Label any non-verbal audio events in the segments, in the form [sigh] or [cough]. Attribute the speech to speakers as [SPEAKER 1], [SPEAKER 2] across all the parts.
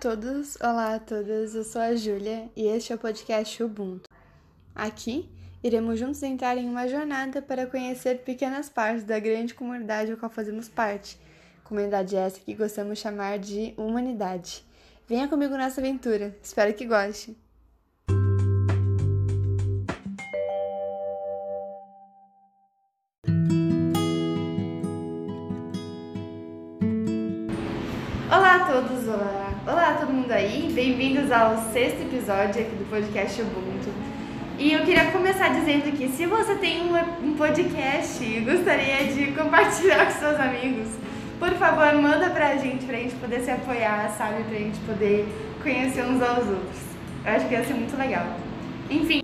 [SPEAKER 1] todos, olá a todas, eu sou a Júlia e este é o podcast Ubuntu. Aqui iremos juntos entrar em uma jornada para conhecer pequenas partes da grande comunidade a qual fazemos parte, comunidade essa que gostamos chamar de humanidade. Venha comigo nessa aventura, espero que goste! Olá a todos, olá! Olá a todo mundo aí, bem-vindos ao sexto episódio aqui do podcast Ubuntu. E eu queria começar dizendo que se você tem uma- um podcast e gostaria de compartilhar com seus amigos, por favor, manda pra gente, pra gente poder se apoiar, sabe? Pra gente poder conhecer uns aos outros. Eu acho que ia ser muito legal. Enfim.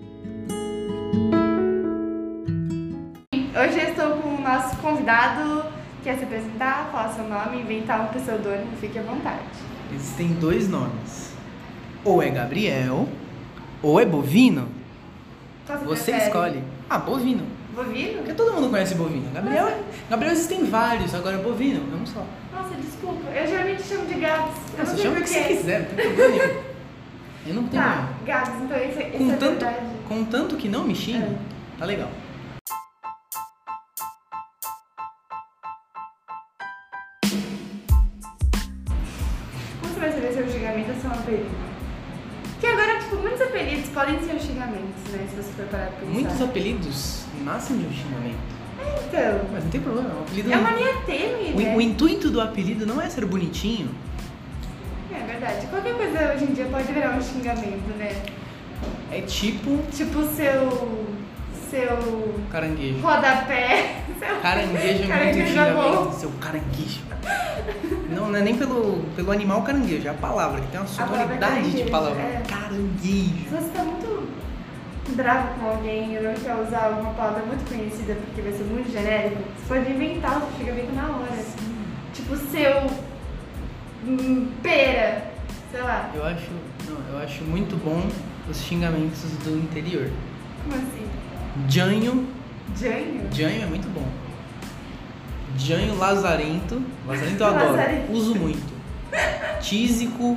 [SPEAKER 1] Hoje eu estou com o nosso convidado, quer se apresentar, falar seu nome, inventar um pseudônimo, fique à vontade.
[SPEAKER 2] Existem dois nomes. Ou é Gabriel, ou é Bovino.
[SPEAKER 1] Qual
[SPEAKER 2] Você
[SPEAKER 1] prefere?
[SPEAKER 2] escolhe. Ah, Bovino.
[SPEAKER 1] Bovino?
[SPEAKER 2] Porque todo mundo conhece Bovino. Gabriel, é- Gabriel existem vários, agora Bovino é um só.
[SPEAKER 1] Nossa, desculpa. Eu geralmente chamo de gatos. Eu não
[SPEAKER 2] Você
[SPEAKER 1] sei
[SPEAKER 2] chama o que
[SPEAKER 1] porquê.
[SPEAKER 2] você quiser, não tem problema nenhum. Eu não tenho
[SPEAKER 1] Tá,
[SPEAKER 2] problema.
[SPEAKER 1] gatos, então esse, esse é
[SPEAKER 2] Com tanto,
[SPEAKER 1] verdade. É.
[SPEAKER 2] com tanto que não me xinga, tá legal.
[SPEAKER 1] Como você vai saber se é um xingamento ou se é um apelido? Porque agora, tipo, muitos apelidos podem ser xingamentos, né? Se você for parar pra pensar.
[SPEAKER 2] Muitos apelidos nascem de um xingamento.
[SPEAKER 1] Então,
[SPEAKER 2] Mas não tem problema, o apelido
[SPEAKER 1] é
[SPEAKER 2] não-
[SPEAKER 1] uma linha tênue,
[SPEAKER 2] o,
[SPEAKER 1] né?
[SPEAKER 2] o intuito do apelido não é ser bonitinho.
[SPEAKER 1] É verdade. Qualquer coisa hoje em dia pode virar um xingamento, né?
[SPEAKER 2] É tipo
[SPEAKER 1] Tipo, seu... seu...
[SPEAKER 2] caranguejo.
[SPEAKER 1] rodapé. Seu...
[SPEAKER 2] Caranguejo é muito
[SPEAKER 1] Caranguejo é bom.
[SPEAKER 2] xingamento. Seu caranguejo. Não, não é nem pelo, pelo animal caranguejo, é a palavra, que tem uma
[SPEAKER 1] palavra é
[SPEAKER 2] sonoridade de
[SPEAKER 1] caranguejo,
[SPEAKER 2] palavra.
[SPEAKER 1] é. Se
[SPEAKER 2] Caranguejo.
[SPEAKER 1] você tá muito bravo com alguém ou não quer usar alguma palavra muito conhecida porque vai ser muito genérico, você pode inventar o xingamento na hora. Tipo, seu. hum, pera. Sei lá.
[SPEAKER 2] Eu acho, não, eu acho muito bom os xingamentos do interior.
[SPEAKER 1] Como assim?
[SPEAKER 2] Janho,
[SPEAKER 1] Janho?
[SPEAKER 2] Janho é muito bom. Janho Lazarento, Lazarento eu adoro,
[SPEAKER 1] Lazarento.
[SPEAKER 2] uso muito. Tísico,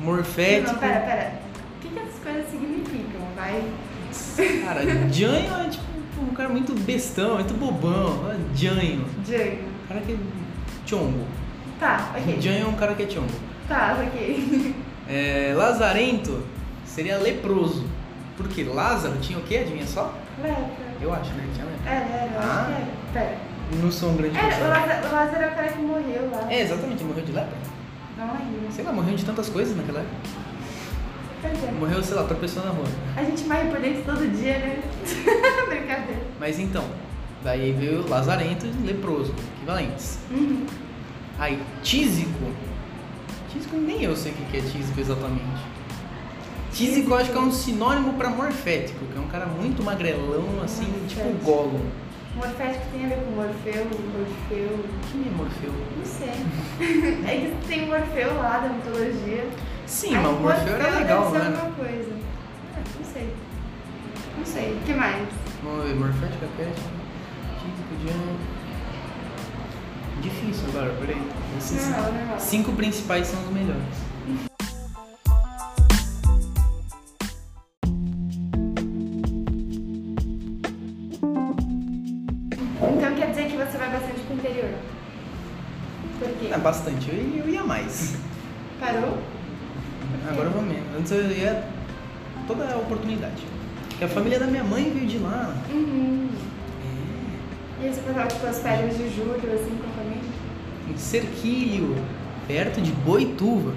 [SPEAKER 1] não,
[SPEAKER 2] morfético.
[SPEAKER 1] pera, pera. O que, que essas coisas significam, vai?
[SPEAKER 2] Cara, Janho é tipo um cara muito bestão, muito bobão. Janho,
[SPEAKER 1] Janho.
[SPEAKER 2] cara que é chongo.
[SPEAKER 1] Tá, ok.
[SPEAKER 2] Jan é um cara que é chongo.
[SPEAKER 1] Tá, ok.
[SPEAKER 2] É, lazarento seria leproso. Porque Lázaro tinha o quê? Adivinha só?
[SPEAKER 1] Lepra.
[SPEAKER 2] Eu acho, né? Tinha lepra.
[SPEAKER 1] Era, era, É, eu acho
[SPEAKER 2] Ah.
[SPEAKER 1] que era. Pera.
[SPEAKER 2] Não sou um grande
[SPEAKER 1] Era, o
[SPEAKER 2] profissional.
[SPEAKER 1] Lázaro, o Lázaro é o cara que morreu lá.
[SPEAKER 2] É, exatamente, morreu de lepra.
[SPEAKER 1] Não é né? ainda.
[SPEAKER 2] Sei lá, morreu de tantas coisas naquela época.
[SPEAKER 1] Pois é.
[SPEAKER 2] Morreu, sei lá, tropeçou na rua.
[SPEAKER 1] A gente morre por dentro todo dia, né? [laughs] Brincadeira.
[SPEAKER 2] Mas então, daí veio Lazarento e leproso, equivalentes.
[SPEAKER 1] Uhum.
[SPEAKER 2] Aí, tísico. Tísico nem eu sei o que que é tísico exatamente. Tísico eu acho que é um sinônimo pra morfético, que é um cara muito magrelão, assim, tipo
[SPEAKER 1] Morfético.
[SPEAKER 2] golo.
[SPEAKER 1] Um Morfético tem a ver com Morfeu, Morfeu.
[SPEAKER 2] Quem é Morfeu?
[SPEAKER 1] Não sei. é que tem Morfeu lá da mitologia.
[SPEAKER 2] Sim,
[SPEAKER 1] Aí
[SPEAKER 2] mas o Morfeu era
[SPEAKER 1] deve
[SPEAKER 2] legal,
[SPEAKER 1] ser
[SPEAKER 2] né?
[SPEAKER 1] alguma coisa. Ah, não sei. Não sei. O que mais?
[SPEAKER 2] Vamos ver, Morfética Pet. Tísico de. Difícil agora, peraí. Esses
[SPEAKER 1] Normal, normal.
[SPEAKER 2] cinco principais são os melhores.
[SPEAKER 1] Então quer dizer que você vai bastante pro interior. Por quê?
[SPEAKER 2] É bastante, eu, eu ia mais.
[SPEAKER 1] Parou?
[SPEAKER 2] Agora eu vou menos. Antes eu ia toda a oportunidade. Porque a família da minha mãe veio de lá.
[SPEAKER 1] Uhum.
[SPEAKER 2] É.
[SPEAKER 1] E aí você passava tipo as férias de julho, assim, com a família?
[SPEAKER 2] Em Cerquilho, perto de Boituva.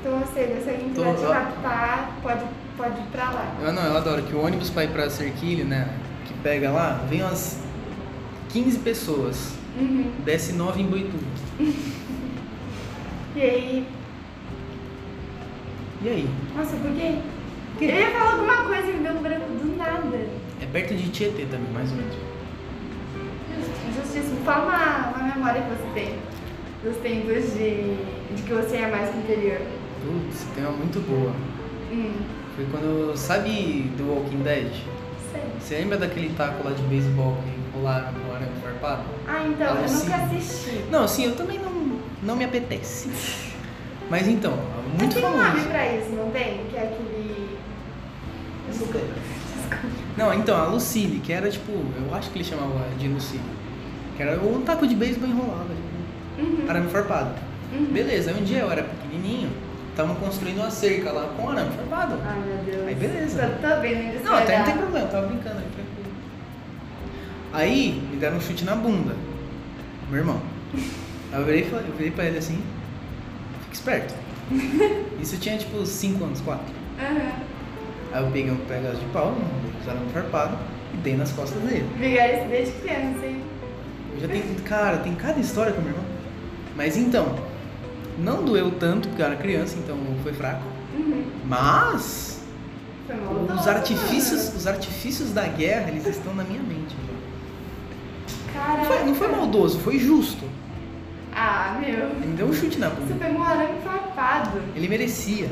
[SPEAKER 1] Então, ou seja, se alguém quiser
[SPEAKER 2] Tô-
[SPEAKER 1] te raptar, tá, pode, pode ir pra lá.
[SPEAKER 2] Eu não, eu adoro que o ônibus pra ir pra Cerquilho, né? Que pega lá, vem umas 15 pessoas.
[SPEAKER 1] Uhum.
[SPEAKER 2] Desce 9 em Boituva.
[SPEAKER 1] E aí,
[SPEAKER 2] E aí?
[SPEAKER 1] nossa, por quê? Eu ia falar alguma coisa e me deu um branco do nada.
[SPEAKER 2] É perto de Tietê também, mais ou menos.
[SPEAKER 1] Justi- Justíssimo, fala uma, uma memória que você tem dos tempos de, de que você é mais pro interior.
[SPEAKER 2] Putz, tem uma muito boa.
[SPEAKER 1] Hum,
[SPEAKER 2] Foi quando. Sabe do Walking Dead?
[SPEAKER 1] sei.
[SPEAKER 2] Você lembra daquele taco lá de beisebol que rolaram com o arame farpado?
[SPEAKER 1] Ah, então,
[SPEAKER 2] Ah,
[SPEAKER 1] eu
[SPEAKER 2] sim.
[SPEAKER 1] nunca assisti.
[SPEAKER 2] Não, assim, eu também não, não me apetece. Mas então, muito
[SPEAKER 1] tem um
[SPEAKER 2] famoso.
[SPEAKER 1] nome pra isso, não tem? Que é aquele.
[SPEAKER 2] Não, então, a Lucille, que era tipo, eu acho que ele chamava de Lucille. Que era um taco de beisebol enrolado,
[SPEAKER 1] Uhum.
[SPEAKER 2] tipo, arame farpado. Beleza, aí um dia eu era pequenininho, estavam construindo uma cerca lá com arame farpado.
[SPEAKER 1] Ai meu Deus.
[SPEAKER 2] Aí, beleza.
[SPEAKER 1] Eu tô bem no
[SPEAKER 2] Não, até não tem problema, eu tava brincando aí, tranquilo. Aí, me deram um chute na bunda. Meu irmão. Aí eu virei, e falei- eu virei pra ele assim, fica esperto. Isso tinha tipo 5 anos, 4.
[SPEAKER 1] Aham.
[SPEAKER 2] Aí eu peguei um pedaço de pau, um arame farpado, e dei nas costas dele.
[SPEAKER 1] Brigar isso desde criança, hein?
[SPEAKER 2] Eu já tenho. Cara, tem cada história com meu irmão. Mas então, não doeu tanto, porque eu era criança, então foi fraco.
[SPEAKER 1] Uhum.
[SPEAKER 2] Mas
[SPEAKER 1] Foi maldoso,
[SPEAKER 2] os artifícios,
[SPEAKER 1] mano.
[SPEAKER 2] os artifícios da guerra, eles estão na minha mente. já. Não
[SPEAKER 1] Caraca.
[SPEAKER 2] foi, não foi maldoso, foi justo.
[SPEAKER 1] Ah, meu.
[SPEAKER 2] Ele me deu um chute na
[SPEAKER 1] Você
[SPEAKER 2] bunda.
[SPEAKER 1] pegou um arame farpado.
[SPEAKER 2] Ele merecia.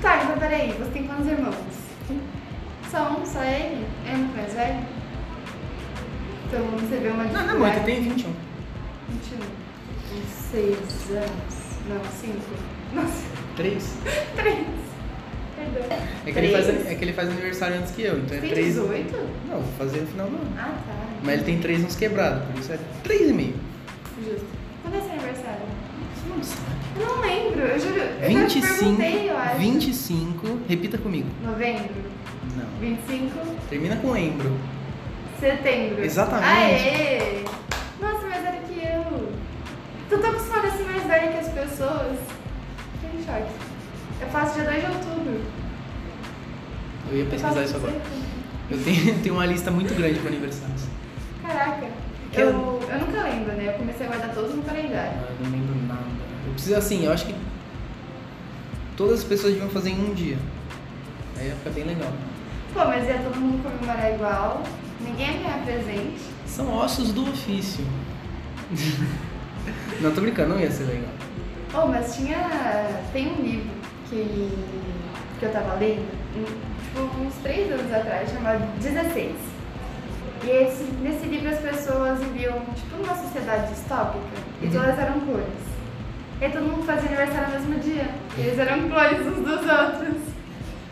[SPEAKER 1] Tá, então peraí, você tem quantos irmãos? Só um, só ele? É muito mais velho? Então você vê uma
[SPEAKER 2] Não,
[SPEAKER 1] dificuldade.
[SPEAKER 2] não, muito, eu tenho 21.
[SPEAKER 1] 21. Com 6 anos. Não, 5. Nossa, [laughs]
[SPEAKER 2] 3.
[SPEAKER 1] 3. Perdão.
[SPEAKER 2] É que, ele faz,
[SPEAKER 1] Três? um.
[SPEAKER 2] é que ele faz aniversário antes que eu, então é
[SPEAKER 1] Tem
[SPEAKER 2] 3.
[SPEAKER 1] 18?
[SPEAKER 2] Não, vou fazer no final do ano.
[SPEAKER 1] Ah, tá.
[SPEAKER 2] Mas ele tem 3 anos quebrados, por isso é 3,5.
[SPEAKER 1] Justo. Quando é seu aniversário?
[SPEAKER 2] Você não sabe.
[SPEAKER 1] Eu não lembro, eu juro. Eu já te
[SPEAKER 2] 25.
[SPEAKER 1] perguntei, eu acho.
[SPEAKER 2] 25. Repita comigo.
[SPEAKER 1] Novembro.
[SPEAKER 2] Não.
[SPEAKER 1] 25.
[SPEAKER 2] Termina com embro.
[SPEAKER 1] Setembro.
[SPEAKER 2] Exatamente.
[SPEAKER 1] Aê! Nossa, mais velho que eu. Tu tá acostumada a ser mais velha que as pessoas? Fiquei em choque. Eu faço dia 2 de outubro.
[SPEAKER 2] Eu ia pesquisar isso agora. Eu tenho, [laughs] eu tenho uma lista muito grande para aniversários.
[SPEAKER 1] Caraca.
[SPEAKER 2] Que
[SPEAKER 1] Eu,
[SPEAKER 2] ano?
[SPEAKER 1] eu nunca lembro, né? Eu comecei a guardar todos no calendário.
[SPEAKER 2] Eu não lembro nada. Eu preciso, assim, eu acho que todas as pessoas deviam fazer em um dia. Aí ia ficar bem legal.
[SPEAKER 1] Pô, mas ia todo mundo comemorar igual. Ninguém ia ganhar presente.
[SPEAKER 2] São ossos do ofício. [laughs] não, tô brincando, não ia ser legal.
[SPEAKER 1] Oh, mas tinha. Tem um livro que, que eu tava lendo, um- tipo, uns três anos atrás, chamado 16. E esse, nesse livro as pessoas viviam, tipo, numa sociedade distópica e
[SPEAKER 2] Uhum.
[SPEAKER 1] todas eram clones. E aí todo mundo fazia aniversário no mesmo dia. E eles eram clones uns dos outros.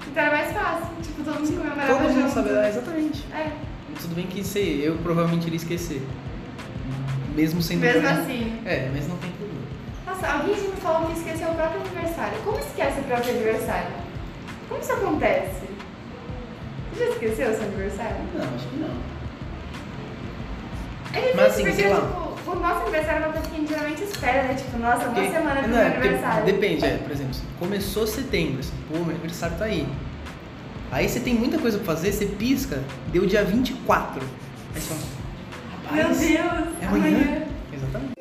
[SPEAKER 1] Então era mais fácil, tipo, todo mundo se comemorava
[SPEAKER 2] Todo mundo né?
[SPEAKER 1] junto.
[SPEAKER 2] saberá exatamente.
[SPEAKER 1] É,
[SPEAKER 2] Tudo bem que se eu provavelmente iria esquecer. Mesmo sendo.
[SPEAKER 1] mesmo assim.
[SPEAKER 2] É, mas não tem problema.
[SPEAKER 1] Nossa, alguém já me falou que esqueceu o próprio aniversário. Como esquece o próprio aniversário? Como isso acontece? Você já esqueceu o seu aniversário?
[SPEAKER 2] Não, acho que não.
[SPEAKER 1] Ele
[SPEAKER 2] Mas
[SPEAKER 1] fez
[SPEAKER 2] assim,
[SPEAKER 1] porque,
[SPEAKER 2] sei lá.
[SPEAKER 1] tipo, o nosso aniversário é uma coisa que a gente geralmente espera, né? Tipo, nossa, uma
[SPEAKER 2] Porque-
[SPEAKER 1] semana pro
[SPEAKER 2] não,
[SPEAKER 1] meu
[SPEAKER 2] é porque
[SPEAKER 1] aniversário.
[SPEAKER 2] Depende, é, por exemplo, começou setembro, assim, pô, meu aniversário tá aí. Aí você tem muita coisa pra fazer, você pisca, deu dia 24. Aí você fala,
[SPEAKER 1] Meu
[SPEAKER 2] rapaz,
[SPEAKER 1] Deus,
[SPEAKER 2] é amanhã. Exatamente.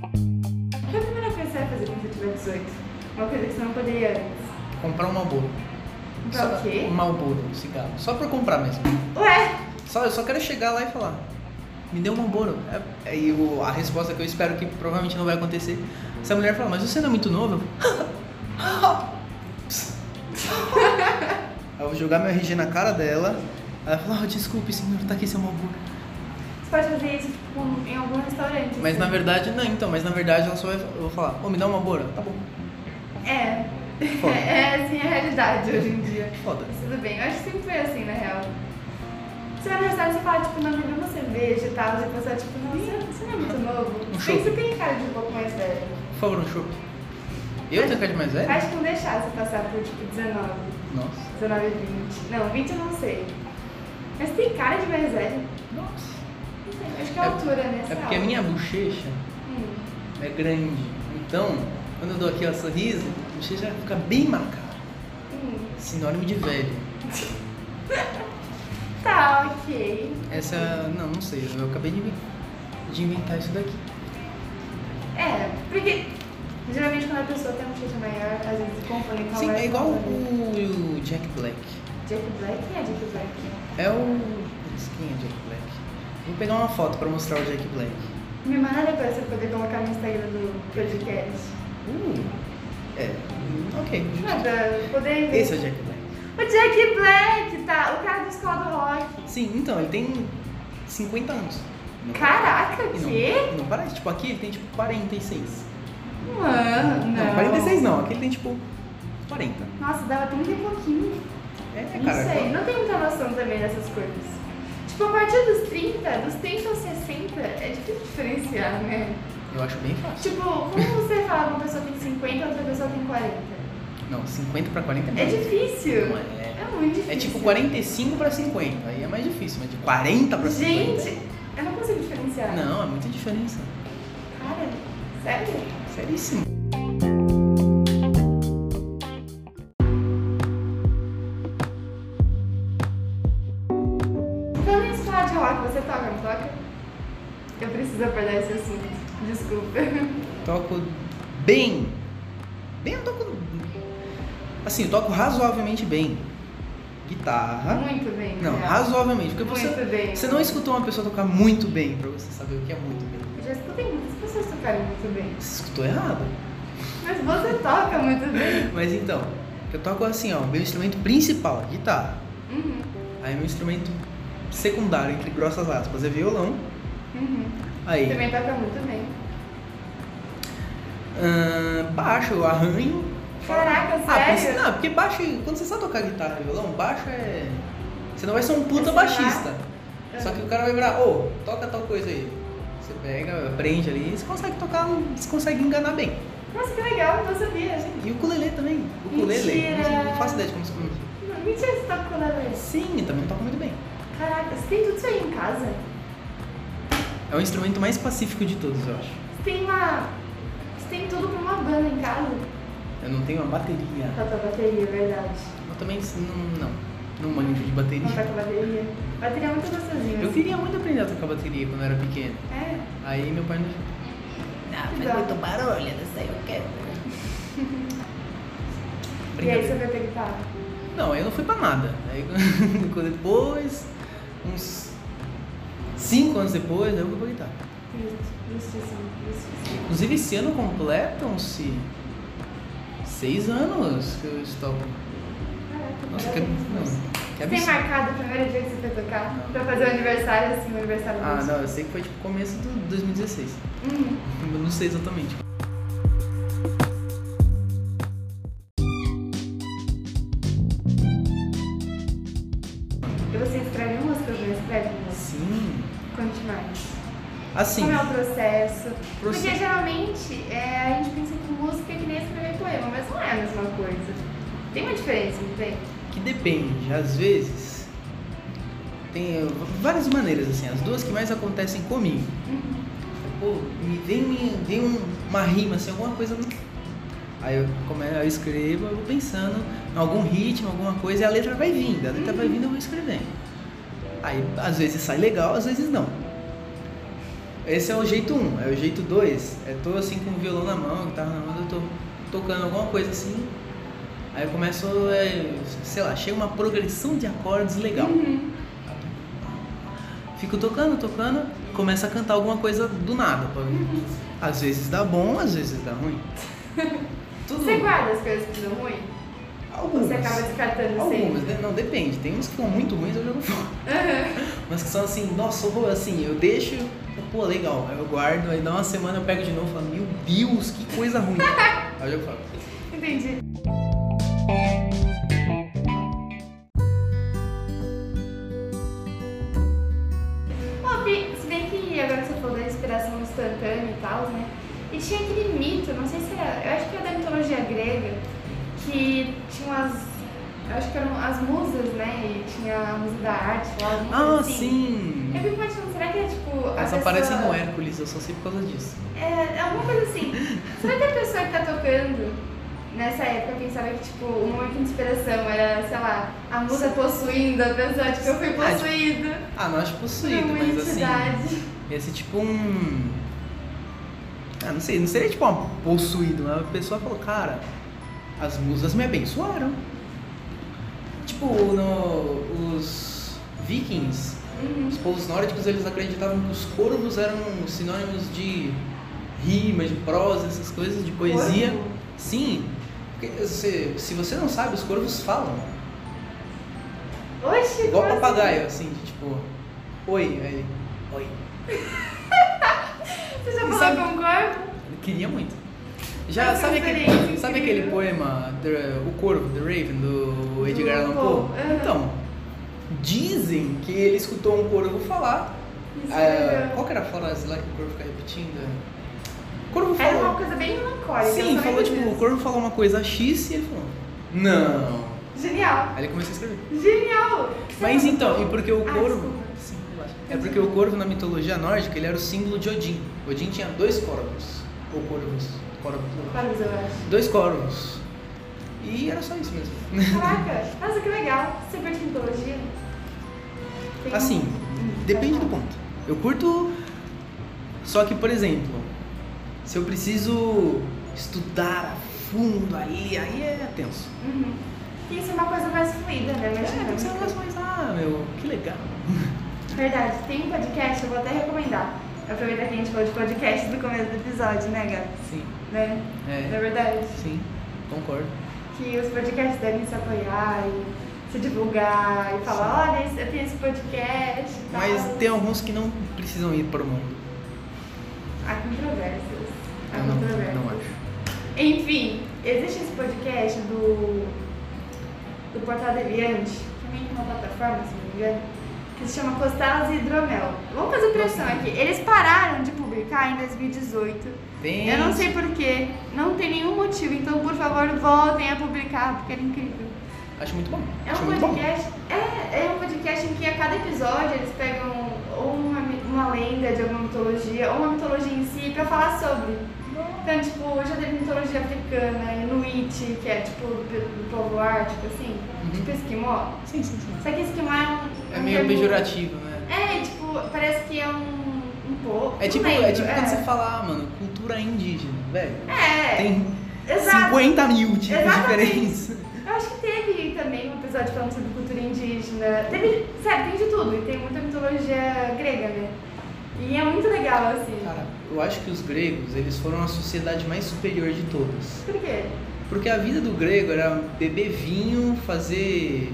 [SPEAKER 1] Qual a primeira coisa que você vai fazer quando você tiver 18? Uma coisa que você não poderia antes.
[SPEAKER 2] Comprar um malboro.
[SPEAKER 1] Comprar o quê?
[SPEAKER 2] Um malboro, um cigarro. Só pra comprar mesmo.
[SPEAKER 1] Ué,
[SPEAKER 2] Só, eu só quero chegar lá e falar, me deu um malboro. É- Aí o- a resposta que eu espero que provavelmente não vai acontecer. Se a mulher falar, mas você não é muito novo? Eu... Aí eu vou jogar meu RG na cara dela. Ela fala, oh, desculpe senhor, tá aqui seu malboro.
[SPEAKER 1] você pode fazer isso, tipo, em algum restaurante.
[SPEAKER 2] Mas na
[SPEAKER 1] assim.
[SPEAKER 2] verdade, não, então, mas na verdade ela só vai eu vou falar, ô, me dá um malboro. Tá bom.
[SPEAKER 1] É. [laughs]
[SPEAKER 2] Foda.
[SPEAKER 1] É, assim a realidade hoje em dia.
[SPEAKER 2] Foda.
[SPEAKER 1] Mas Tudo bem, eu acho que sempre foi assim, na real. Você vai no restaurante e fala, tipo, não, me deu uma cerveja e tal, e a pessoa, tipo, não, você, você não é muito novo.
[SPEAKER 2] Um
[SPEAKER 1] Bem,
[SPEAKER 2] chope.
[SPEAKER 1] você tem cara de um pouco mais velho.
[SPEAKER 2] Por favor, um chope. Eu tenho cara de mais velho?
[SPEAKER 1] Acho que não deixar você passar por, tipo, 19,
[SPEAKER 2] Nossa.
[SPEAKER 1] 19 e 20. Não, 20 eu não sei. Mas tem cara de mais velho.
[SPEAKER 2] Nossa.
[SPEAKER 1] Não sei, acho que é a altura, né?
[SPEAKER 2] É porque a minha bochecha
[SPEAKER 1] Hum.
[SPEAKER 2] é grande. Então, quando eu dou aqui o sorriso, a bochecha fica bem marcada.
[SPEAKER 1] Hum.
[SPEAKER 2] Sinônimo de velho.
[SPEAKER 1] Tá, ok.
[SPEAKER 2] Essa. Não, não sei. Eu acabei de, de inventar isso daqui.
[SPEAKER 1] É, porque geralmente quando a pessoa tem um cheiro maior, às vezes confunde com a
[SPEAKER 2] Sim,
[SPEAKER 1] mais
[SPEAKER 2] é igual
[SPEAKER 1] nova, né?
[SPEAKER 2] o, o Jack Black.
[SPEAKER 1] Jack Black? Quem é Jack Black?
[SPEAKER 2] É o. Quem é Jack Black? Vou pegar uma foto pra mostrar o Jack Black.
[SPEAKER 1] é Me manda depois pra você poder colocar no Instagram do podcast.
[SPEAKER 2] Uh, é, hum, ok.
[SPEAKER 1] Ah, pra poder ver.
[SPEAKER 2] Esse é o Jack Black.
[SPEAKER 1] O Jack Black, tá? O cara do escola do rock.
[SPEAKER 2] Sim, então, ele tem 50 anos. Não
[SPEAKER 1] Caraca,
[SPEAKER 2] parece.
[SPEAKER 1] que?
[SPEAKER 2] Não, não parece, tipo, aqui ele tem tipo 46.
[SPEAKER 1] Mano.
[SPEAKER 2] Não, 46 não, aqui ele tem tipo 40.
[SPEAKER 1] Nossa, dava 30 e pouquinho.
[SPEAKER 2] É,
[SPEAKER 1] não
[SPEAKER 2] cara.
[SPEAKER 1] sei, não tenho muita noção também dessas coisas. Tipo, a partir dos 30, dos 30 aos 60, é difícil diferenciar, né?
[SPEAKER 2] Eu acho bem fácil.
[SPEAKER 1] Tipo, como você fala que uma pessoa tem 50 e outra pessoa tem 40?
[SPEAKER 2] Não, 50 pra 40
[SPEAKER 1] É
[SPEAKER 2] muito.
[SPEAKER 1] difícil.
[SPEAKER 2] Não é.
[SPEAKER 1] É muito difícil.
[SPEAKER 2] É tipo 45 pra 50, aí é mais difícil, mas de 40 pra 50.
[SPEAKER 1] Gente, eu não consigo diferenciar.
[SPEAKER 2] Não, é muita diferença.
[SPEAKER 1] Cara, sério?
[SPEAKER 2] Seríssimo.
[SPEAKER 1] Falando em escola de rock, você toca, não toca? Eu preciso abordar esse assunto. Desculpa.
[SPEAKER 2] Toco bem. Bem, eu toco. Assim, eu toco razoavelmente bem. Guitarra.
[SPEAKER 1] Muito bem.
[SPEAKER 2] Não,
[SPEAKER 1] né?
[SPEAKER 2] razoavelmente, porque
[SPEAKER 1] Muito
[SPEAKER 2] você,
[SPEAKER 1] bem.
[SPEAKER 2] você não escutou uma pessoa tocar muito bem pra você saber o que é muito bem.
[SPEAKER 1] Eu já escutei muitas pessoas tocarem muito bem.
[SPEAKER 2] Você escutou errado.
[SPEAKER 1] Mas você toca muito bem.
[SPEAKER 2] Mas então, eu toco assim, ó, meu instrumento principal, guitarra.
[SPEAKER 1] Uhum,
[SPEAKER 2] Aí meu instrumento secundário, entre grossas aspas, é violão.
[SPEAKER 1] uhum.
[SPEAKER 2] Aí.
[SPEAKER 1] Também toca muito bem.
[SPEAKER 2] Ahn, baixo, eu arranho.
[SPEAKER 1] Caraca,
[SPEAKER 2] Ah,
[SPEAKER 1] sério?
[SPEAKER 2] porque- não, porque baixo, quando você sabe tocar guitarra e violão, baixo é. Você não vai ser um puta
[SPEAKER 1] É sei lá.
[SPEAKER 2] baixista. Só que o cara vai virar, ô, toca tal coisa aí. Você pega, aprende ali, você consegue tocar, você consegue enganar bem.
[SPEAKER 1] Nossa, que legal, não sabia. gente.
[SPEAKER 2] E o ukulele também. O ukulele,
[SPEAKER 1] Mentira.
[SPEAKER 2] não não faço ideia de como se pronuncia.
[SPEAKER 1] Não, Mentira, você toca com a
[SPEAKER 2] Sim, também toca muito bem.
[SPEAKER 1] Caraca, você tem tudo isso aí em casa?
[SPEAKER 2] É o instrumento mais pacífico de todos, eu acho.
[SPEAKER 1] Você tem uma... Você tem tudo pra uma banda em casa?
[SPEAKER 2] Eu não tenho uma bateria.
[SPEAKER 1] Tá com a bateria, é verdade.
[SPEAKER 2] Eu também não, não, não manjo de
[SPEAKER 1] Não tá
[SPEAKER 2] bateria.
[SPEAKER 1] com a bateria. Bateria é muito gostosinha.
[SPEAKER 2] Eu queria muito aprender a tocar bateria quando eu era pequeno.
[SPEAKER 1] É,
[SPEAKER 2] Aí meu pai não. Ah,
[SPEAKER 1] faz muito
[SPEAKER 2] barulho, não sei o quero.
[SPEAKER 1] e aí você vai ter guitarra?
[SPEAKER 2] Não, eu não fui pra nada. Aí [laughs] quando- depois, uns 5 anos depois, eu fui pra guitarra.
[SPEAKER 1] Justo, justíssimo, justíssimo.
[SPEAKER 2] Inclusive esse ano completam-se 6 anos que eu estou.
[SPEAKER 1] Caraca,
[SPEAKER 2] Nossa, que,
[SPEAKER 1] parabéns.
[SPEAKER 2] não, que
[SPEAKER 1] Você Tem
[SPEAKER 2] absurdo.
[SPEAKER 1] marcado o primeiro dia que você foi tocar?
[SPEAKER 2] Não.
[SPEAKER 1] Pra fazer o aniversário, assim, o aniversário
[SPEAKER 2] Ah,
[SPEAKER 1] do
[SPEAKER 2] não, eu sei que foi tipo começo de 2016.
[SPEAKER 1] Uhum.
[SPEAKER 2] [laughs] Eu não sei exatamente.
[SPEAKER 1] E você escreve músicas, não escreve músicas?
[SPEAKER 2] Sim.
[SPEAKER 1] Conte mais.
[SPEAKER 2] Assim.
[SPEAKER 1] Como é o processo? Porque
[SPEAKER 2] Processo.
[SPEAKER 1] geralmente é, a gente pensa que música é que nem escrever poema, mas não é a mesma coisa. Tem uma diferença, não tem?
[SPEAKER 2] que depende, às vezes tem eh, várias maneiras assim, as duas que mais acontecem comigo. Pô, me vem, me vem um- uma rima assim, alguma coisa. Aí eu, come- aí eu escrevo, eu vou pensando em algum ritmo, alguma coisa, e a letra vai vindo, a letra vai vindo, eu vou escrevendo. Aí às vezes sai legal, às vezes não. Esse é o jeito 1, um. é o jeito 2, é tô assim com o violão na mão, guitarra na mão, eu tô tocando alguma coisa assim, Aí eu começo, é, sei lá, chega uma progressão de acordes legal.
[SPEAKER 1] Uhum.
[SPEAKER 2] Fico tocando, tocando, começa a cantar alguma coisa do nada. pô.
[SPEAKER 1] Uhum.
[SPEAKER 2] Às vezes dá bom, às vezes dá
[SPEAKER 1] [laughs]
[SPEAKER 2] ruim. Tudo
[SPEAKER 1] Você guarda as coisas que dão ruim? Ou
[SPEAKER 2] algumas.
[SPEAKER 1] Você acaba assim? descartando
[SPEAKER 2] Algumas,
[SPEAKER 1] sempre?
[SPEAKER 2] né? Não, depende. Tem uns que são muito ruins, eu jogo fora.
[SPEAKER 1] Aham.
[SPEAKER 2] [laughs] Mas que são assim, nossa, eu vou assim, eu deixo, pô, legal. Aí eu guardo, aí dá uma semana eu pego de novo e falo, meu Deus, que coisa
[SPEAKER 1] [laughs]
[SPEAKER 2] ruim. aí eu jogo fora.
[SPEAKER 1] Entendi. Ó, Pri, Se bem que agora que você falou da inspiração instantânea e tal, né? E tinha aquele mito, não sei se era, eu acho que era da mitologia grega, que tinham as, eu acho que eram as musas, né? E tinha a musa da arte lá, alguma coisa
[SPEAKER 2] Ah,
[SPEAKER 1] assim.
[SPEAKER 2] sim!
[SPEAKER 1] Eu fico imaginando, será que é tipo. a
[SPEAKER 2] Essa
[SPEAKER 1] pessoa-
[SPEAKER 2] aparece no Hércules, eu só sei por causa disso.
[SPEAKER 1] é, alguma coisa assim. Será que a pessoa que tá tocando nessa época pensava que, tipo, o momento de inspiração era, sei lá, a musa possuindo, a pessoa, tipo, eu fui
[SPEAKER 2] Ah, tipo,
[SPEAKER 1] possuído
[SPEAKER 2] Ah, não acho
[SPEAKER 1] por
[SPEAKER 2] possuído,
[SPEAKER 1] uma
[SPEAKER 2] mas assim.
[SPEAKER 1] entidade.
[SPEAKER 2] Ia ser tipo um. Ah, não sei, não seria tipo um possuído, mas a pessoa falou, cara, as musas me abençoaram. Tipo, no, os vikings,
[SPEAKER 1] Uhum.
[SPEAKER 2] os povos nórdicos, eles acreditavam que os corvos eram sinônimos de rima, de prosa, essas coisas, de poesia.
[SPEAKER 1] Corvo?
[SPEAKER 2] Sim, porque você- se você não sabe, os corvos falam.
[SPEAKER 1] Oxi,
[SPEAKER 2] Igual
[SPEAKER 1] como assim?
[SPEAKER 2] papagaio, assim, de, tipo, oi, aí, ele, oi.
[SPEAKER 1] Você já
[SPEAKER 2] E
[SPEAKER 1] falou
[SPEAKER 2] sabe-
[SPEAKER 1] com corvo?
[SPEAKER 2] Ele queria muito.
[SPEAKER 1] Essa
[SPEAKER 2] Já sabe aquele,
[SPEAKER 1] referência
[SPEAKER 2] sabe
[SPEAKER 1] incrível.
[SPEAKER 2] aquele poema The- O Corvo, The Raven, do Edgar
[SPEAKER 1] Do
[SPEAKER 2] Allan Poe?
[SPEAKER 1] Poe, É. aham.
[SPEAKER 2] Então, dizem que ele escutou um corvo falar.
[SPEAKER 1] Isso
[SPEAKER 2] ah,
[SPEAKER 1] é-
[SPEAKER 2] qual que era a frase lá que o corvo fica repetindo? O corvo
[SPEAKER 1] Era
[SPEAKER 2] É, falou.
[SPEAKER 1] é uma coisa bem melancólica. eu
[SPEAKER 2] Sim,
[SPEAKER 1] também
[SPEAKER 2] falou
[SPEAKER 1] fiz
[SPEAKER 2] tipo, o
[SPEAKER 1] isso.
[SPEAKER 2] corvo falou uma coisa X e ele falou, não.
[SPEAKER 1] Genial.
[SPEAKER 2] Aí ele começou a escrever.
[SPEAKER 1] Genial.
[SPEAKER 2] Mas então, e porque o
[SPEAKER 1] Ah,
[SPEAKER 2] corvo.
[SPEAKER 1] desculpa.
[SPEAKER 2] Sim, relaxa. é porque o corvo na mitologia nórdica ele era o símbolo de Odin. Odin tinha dois corvos. Ou corvos. Corvos.
[SPEAKER 1] Corvos, eu acho.
[SPEAKER 2] Dois corvos. E era só isso mesmo.
[SPEAKER 1] Caraca. Nossa, que legal. Você curte mitologia? Tem- um-
[SPEAKER 2] Assim, depende do ponto. Eu curto. Só que, por exemplo, se eu preciso estudar a fundo aí, aí é tenso.
[SPEAKER 1] Uhum. Tem que ser uma coisa mais fluida, né? Mais
[SPEAKER 2] É, tem que ser um
[SPEAKER 1] dinâmica.
[SPEAKER 2] negócio mais, ah, meu, que legal.
[SPEAKER 1] [laughs] Verdade, tem um podcast, eu vou até recomendar. Aproveitar que a gente falou de podcast no começo do episódio, né, Gabi?
[SPEAKER 2] Sim.
[SPEAKER 1] Né? Não é
[SPEAKER 2] É,
[SPEAKER 1] verdade?
[SPEAKER 2] sim, concordo.
[SPEAKER 1] Que os podcasts devem se apoiar e se divulgar e falar, olha, esse- eu tenho esse podcast e tal.
[SPEAKER 2] Mas tem um- alguns que não precisam ir pro mundo.
[SPEAKER 1] Há controvérsias. Há
[SPEAKER 2] Eu não, é.
[SPEAKER 1] controvérsias.
[SPEAKER 2] não acho.
[SPEAKER 1] Enfim, existe esse podcast do, do Portal Deviante, que é meio que uma plataforma, se não me engano, que se chama Costelas e Hidromel. Vamos fazer pressão aqui. Eles pararam de publicar em 2018.
[SPEAKER 2] Tem.
[SPEAKER 1] Eu não sei porquê, não tem nenhum motivo, então por favor voltem a publicar, porque era incrível.
[SPEAKER 2] Acho muito bom.
[SPEAKER 1] É
[SPEAKER 2] acho
[SPEAKER 1] um
[SPEAKER 2] muito bom.
[SPEAKER 1] podcast. É, é um podcast em que a cada episódio eles pegam ou uma, mi- uma lenda de alguma mitologia, ou uma mitologia em si, pra falar sobre. Então, tipo, já teve mitologia africana, Inuit, que é tipo do, do povo ártico, assim,
[SPEAKER 2] Uhum.
[SPEAKER 1] tipo esquimó.
[SPEAKER 2] Sim, sim, sim.
[SPEAKER 1] Só que esquimó é um.
[SPEAKER 2] É
[SPEAKER 1] um
[SPEAKER 2] meio
[SPEAKER 1] termo-
[SPEAKER 2] pejorativo, né?
[SPEAKER 1] É, tipo, parece que é um. um povo.
[SPEAKER 2] É
[SPEAKER 1] não
[SPEAKER 2] tipo,
[SPEAKER 1] lembro,
[SPEAKER 2] é tipo quando você fala, ah, mano, cultura indígena, velho.
[SPEAKER 1] É,
[SPEAKER 2] Tem
[SPEAKER 1] exato.
[SPEAKER 2] 50 mil tipos
[SPEAKER 1] Exatamente.
[SPEAKER 2] diferentes.
[SPEAKER 1] Eu acho que teve também um episódio falando sobre cultura indígena. Teve, sério, tem de tudo. E tem muita mitologia grega, né? E é muito legal, assim.
[SPEAKER 2] Cara, eu acho que os gregos, eles foram a sociedade mais superior de todas.
[SPEAKER 1] Por quê?
[SPEAKER 2] Porque a vida do grego era beber vinho, fazer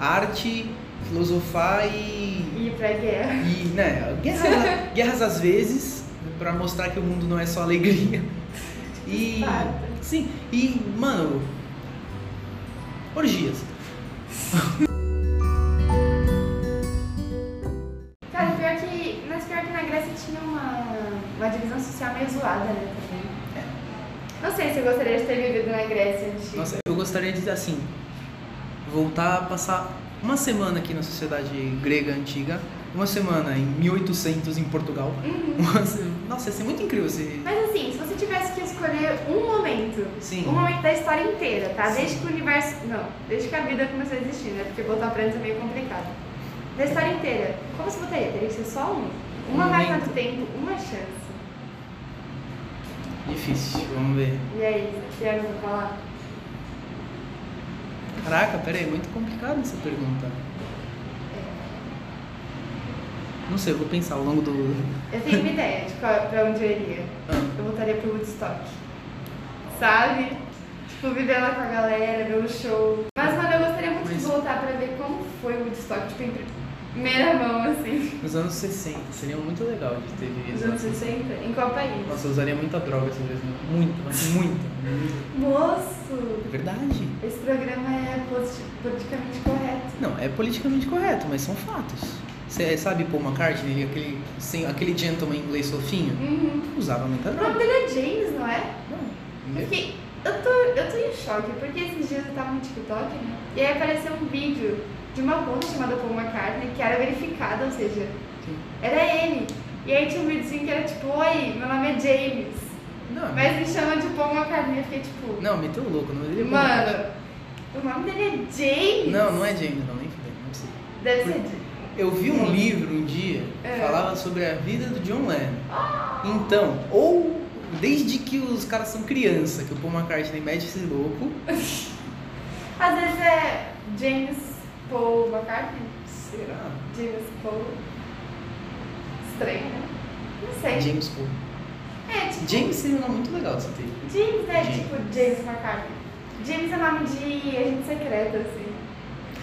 [SPEAKER 2] arte, filosofar e
[SPEAKER 1] Ir pra guerra.
[SPEAKER 2] E, né,
[SPEAKER 1] [laughs]
[SPEAKER 2] guerra, guerras às vezes, pra mostrar que o mundo não é só alegria. E.
[SPEAKER 1] Fato.
[SPEAKER 2] Sim, e, mano. Orgias.
[SPEAKER 1] Cara, pior que. Mas pior que na Grécia tinha uma, uma divisão social meio zoada, né? Também. Não sei se eu gostaria de ter vivido na Grécia antiga.
[SPEAKER 2] Nossa, eu gostaria de dizer assim: voltar a passar uma semana aqui na sociedade grega antiga, uma semana em 1800 em Portugal.
[SPEAKER 1] Uhum.
[SPEAKER 2] Uma se- Nossa, ia ser muito incrível se.
[SPEAKER 1] Mas assim, se você tivesse que escolher um momento,
[SPEAKER 2] Sim.
[SPEAKER 1] um momento da história inteira, tá?
[SPEAKER 2] Sim.
[SPEAKER 1] Desde que o universo. Não, desde que a vida começou a existir, né? Porque voltar pra antes é meio complicado. Da história inteira, como você votaria? Teria que ser só um? Uma
[SPEAKER 2] Um
[SPEAKER 1] máquina
[SPEAKER 2] momento.
[SPEAKER 1] do tempo, uma chance.
[SPEAKER 2] Difícil, vamos ver.
[SPEAKER 1] E aí, você quer me falar?
[SPEAKER 2] Caraca, peraí, é muito complicado essa pergunta.
[SPEAKER 1] É.
[SPEAKER 2] Não sei, eu vou pensar ao longo do.
[SPEAKER 1] Eu tenho uma ideia de qual, pra onde eu iria.
[SPEAKER 2] Ah,
[SPEAKER 1] Eu voltaria pro Woodstock. Sabe? Tipo, viver lá com a galera, ver o show. Mas, mano, eu gostaria muito
[SPEAKER 2] Mas-
[SPEAKER 1] de voltar pra ver como foi o Woodstock, tipo, em primeira mão, assim.
[SPEAKER 2] Nos anos 60, seria muito legal de ter
[SPEAKER 1] Nos
[SPEAKER 2] vivido.
[SPEAKER 1] anos 60, em qual país?
[SPEAKER 2] Nossa, eu usaria muita droga essa vez. né? Muita, mas
[SPEAKER 1] [laughs]
[SPEAKER 2] muita.
[SPEAKER 1] Moço!
[SPEAKER 2] É verdade.
[SPEAKER 1] Esse programa é politi- politicamente correto.
[SPEAKER 2] Não, é politicamente correto, mas são fatos. Você sabe Paul McCartney, aquele, sem, aquele gentleman inglês fofinho?
[SPEAKER 1] Uhum.
[SPEAKER 2] Usava muita
[SPEAKER 1] O nome
[SPEAKER 2] droga.
[SPEAKER 1] dele é James, não é? Eu
[SPEAKER 2] Não.
[SPEAKER 1] fiquei. Eu tô, eu tô em choque, porque esses dias eu tava no TikTok, né? E aí apareceu um vídeo de uma conta chamada Paul McCartney, que era verificada, ou seja,
[SPEAKER 2] Sim.
[SPEAKER 1] era ele. E aí tinha um videozinho que era tipo, oi, meu nome é James.
[SPEAKER 2] Não,
[SPEAKER 1] Mas me chama de Paul McCartney, eu fiquei tipo,
[SPEAKER 2] não meteu o louco, não deveria
[SPEAKER 1] mano, o nome dele é James?
[SPEAKER 2] Não, não é James, não, nem fudeu, não precisa.
[SPEAKER 1] Deve ser James.
[SPEAKER 2] Eu vi um livro um dia que
[SPEAKER 1] Hum. É.
[SPEAKER 2] falava sobre a vida do John Lennon. Então, ou desde que os caras são criança, que o Paul McCartney mete esse louco,
[SPEAKER 1] Às vezes é James Paul McCartney?
[SPEAKER 2] será?
[SPEAKER 1] James Paul. Estranho, né? Não sei.
[SPEAKER 2] James Paul.
[SPEAKER 1] É, tipo,
[SPEAKER 2] James seria um nome muito legal de se ter.
[SPEAKER 1] James é
[SPEAKER 2] James.
[SPEAKER 1] tipo James McCartney. James é nome de agente secreto, assim.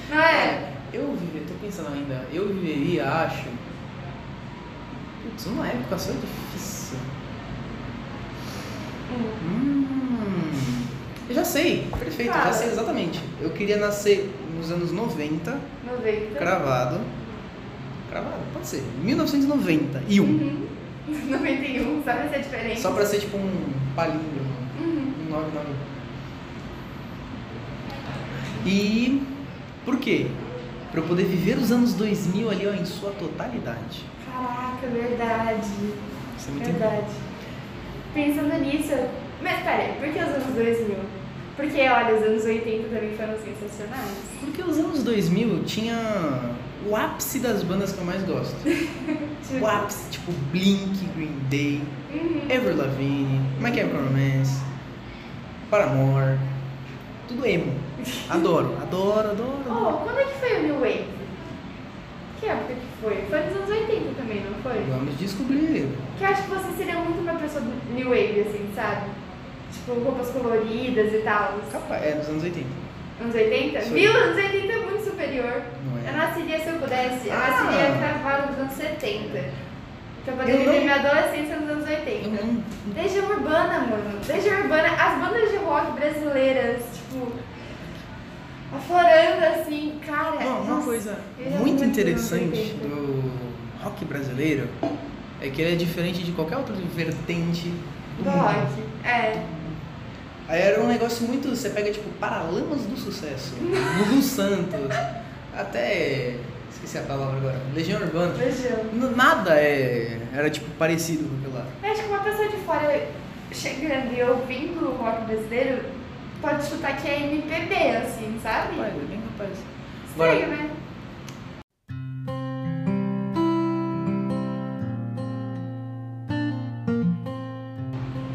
[SPEAKER 1] Não é?
[SPEAKER 2] Eu viveria, tô pensando ainda, eu viveria, acho. Putz, uma época só é difícil.
[SPEAKER 1] Hum.
[SPEAKER 2] Hum. Eu já sei, perfeito, eu já
[SPEAKER 1] Fala.
[SPEAKER 2] sei exatamente. Eu queria nascer nos anos 90,
[SPEAKER 1] 90.
[SPEAKER 2] cravado. Cravado, pode ser. 1991.
[SPEAKER 1] Uhum. [laughs] 91, só pra ser diferente.
[SPEAKER 2] Só pra ser tipo um palíndromo,
[SPEAKER 1] é Uhum.
[SPEAKER 2] um 99. E por quê? Pra eu poder viver os anos 2000 ali ó, em sua totalidade.
[SPEAKER 1] Caraca, verdade.
[SPEAKER 2] Isso é muito
[SPEAKER 1] Verdade. Pensando nisso, mas peraí, por que os anos 2000? Porque, olha, os anos 80 também foram sensacionais.
[SPEAKER 2] Porque os anos 2000 tinha o ápice das bandas que eu mais gosto.
[SPEAKER 1] Tipo,
[SPEAKER 2] O ápice, tipo Blink, Green Day,
[SPEAKER 1] uhum.
[SPEAKER 2] Ever Lavigne, My Chemical Romance, Paramore, tudo emo. Adoro, adoro, adoro. adoro.
[SPEAKER 1] Oh, quando é que foi o New Wave? Que época que foi? Foi nos anos 80 também, não foi?
[SPEAKER 2] Vamos descobrir.
[SPEAKER 1] Que eu acho que você seria muito uma pessoa do New Wave, assim, sabe? Tipo, roupas coloridas e tal.
[SPEAKER 2] Capaz, é dos anos 80,
[SPEAKER 1] Anos 80?
[SPEAKER 2] Sim.
[SPEAKER 1] Viu? Anos 80 é muito superior.
[SPEAKER 2] não
[SPEAKER 1] Eu
[SPEAKER 2] é?
[SPEAKER 1] nasceria se eu pudesse. Eu
[SPEAKER 2] Ah.
[SPEAKER 1] nasceria gravado nos anos Então, 70. Pra poder
[SPEAKER 2] Eu
[SPEAKER 1] viver
[SPEAKER 2] não-
[SPEAKER 1] minha adolescência nos anos
[SPEAKER 2] Eu
[SPEAKER 1] 80.
[SPEAKER 2] não.
[SPEAKER 1] Desde a urbana, mano. Desde a urbana. As bandas de rock brasileiras, tipo. Aflorando assim, cara.
[SPEAKER 2] Bom, uma
[SPEAKER 1] nossa.
[SPEAKER 2] coisa
[SPEAKER 1] eu já
[SPEAKER 2] muito
[SPEAKER 1] fui
[SPEAKER 2] interessante
[SPEAKER 1] muito
[SPEAKER 2] do rock brasileiro é que ele é diferente de qualquer outra vertente do
[SPEAKER 1] Do
[SPEAKER 2] mundo.
[SPEAKER 1] rock. É.
[SPEAKER 2] Aí era um negócio muito. Você pega tipo Paralamas do Sucesso, Gugu Santos, até. esqueci a palavra agora, Legião Urbana.
[SPEAKER 1] Beijão.
[SPEAKER 2] N- Nada é, era tipo parecido com aquilo lá.
[SPEAKER 1] Eu acho que uma pessoa de fora chegando e ouvindo o rock brasileiro pode chutar que é MPB, assim, sabe?
[SPEAKER 2] Rapaz, é bem capaz.
[SPEAKER 1] Estranho,
[SPEAKER 2] Agora-
[SPEAKER 1] né?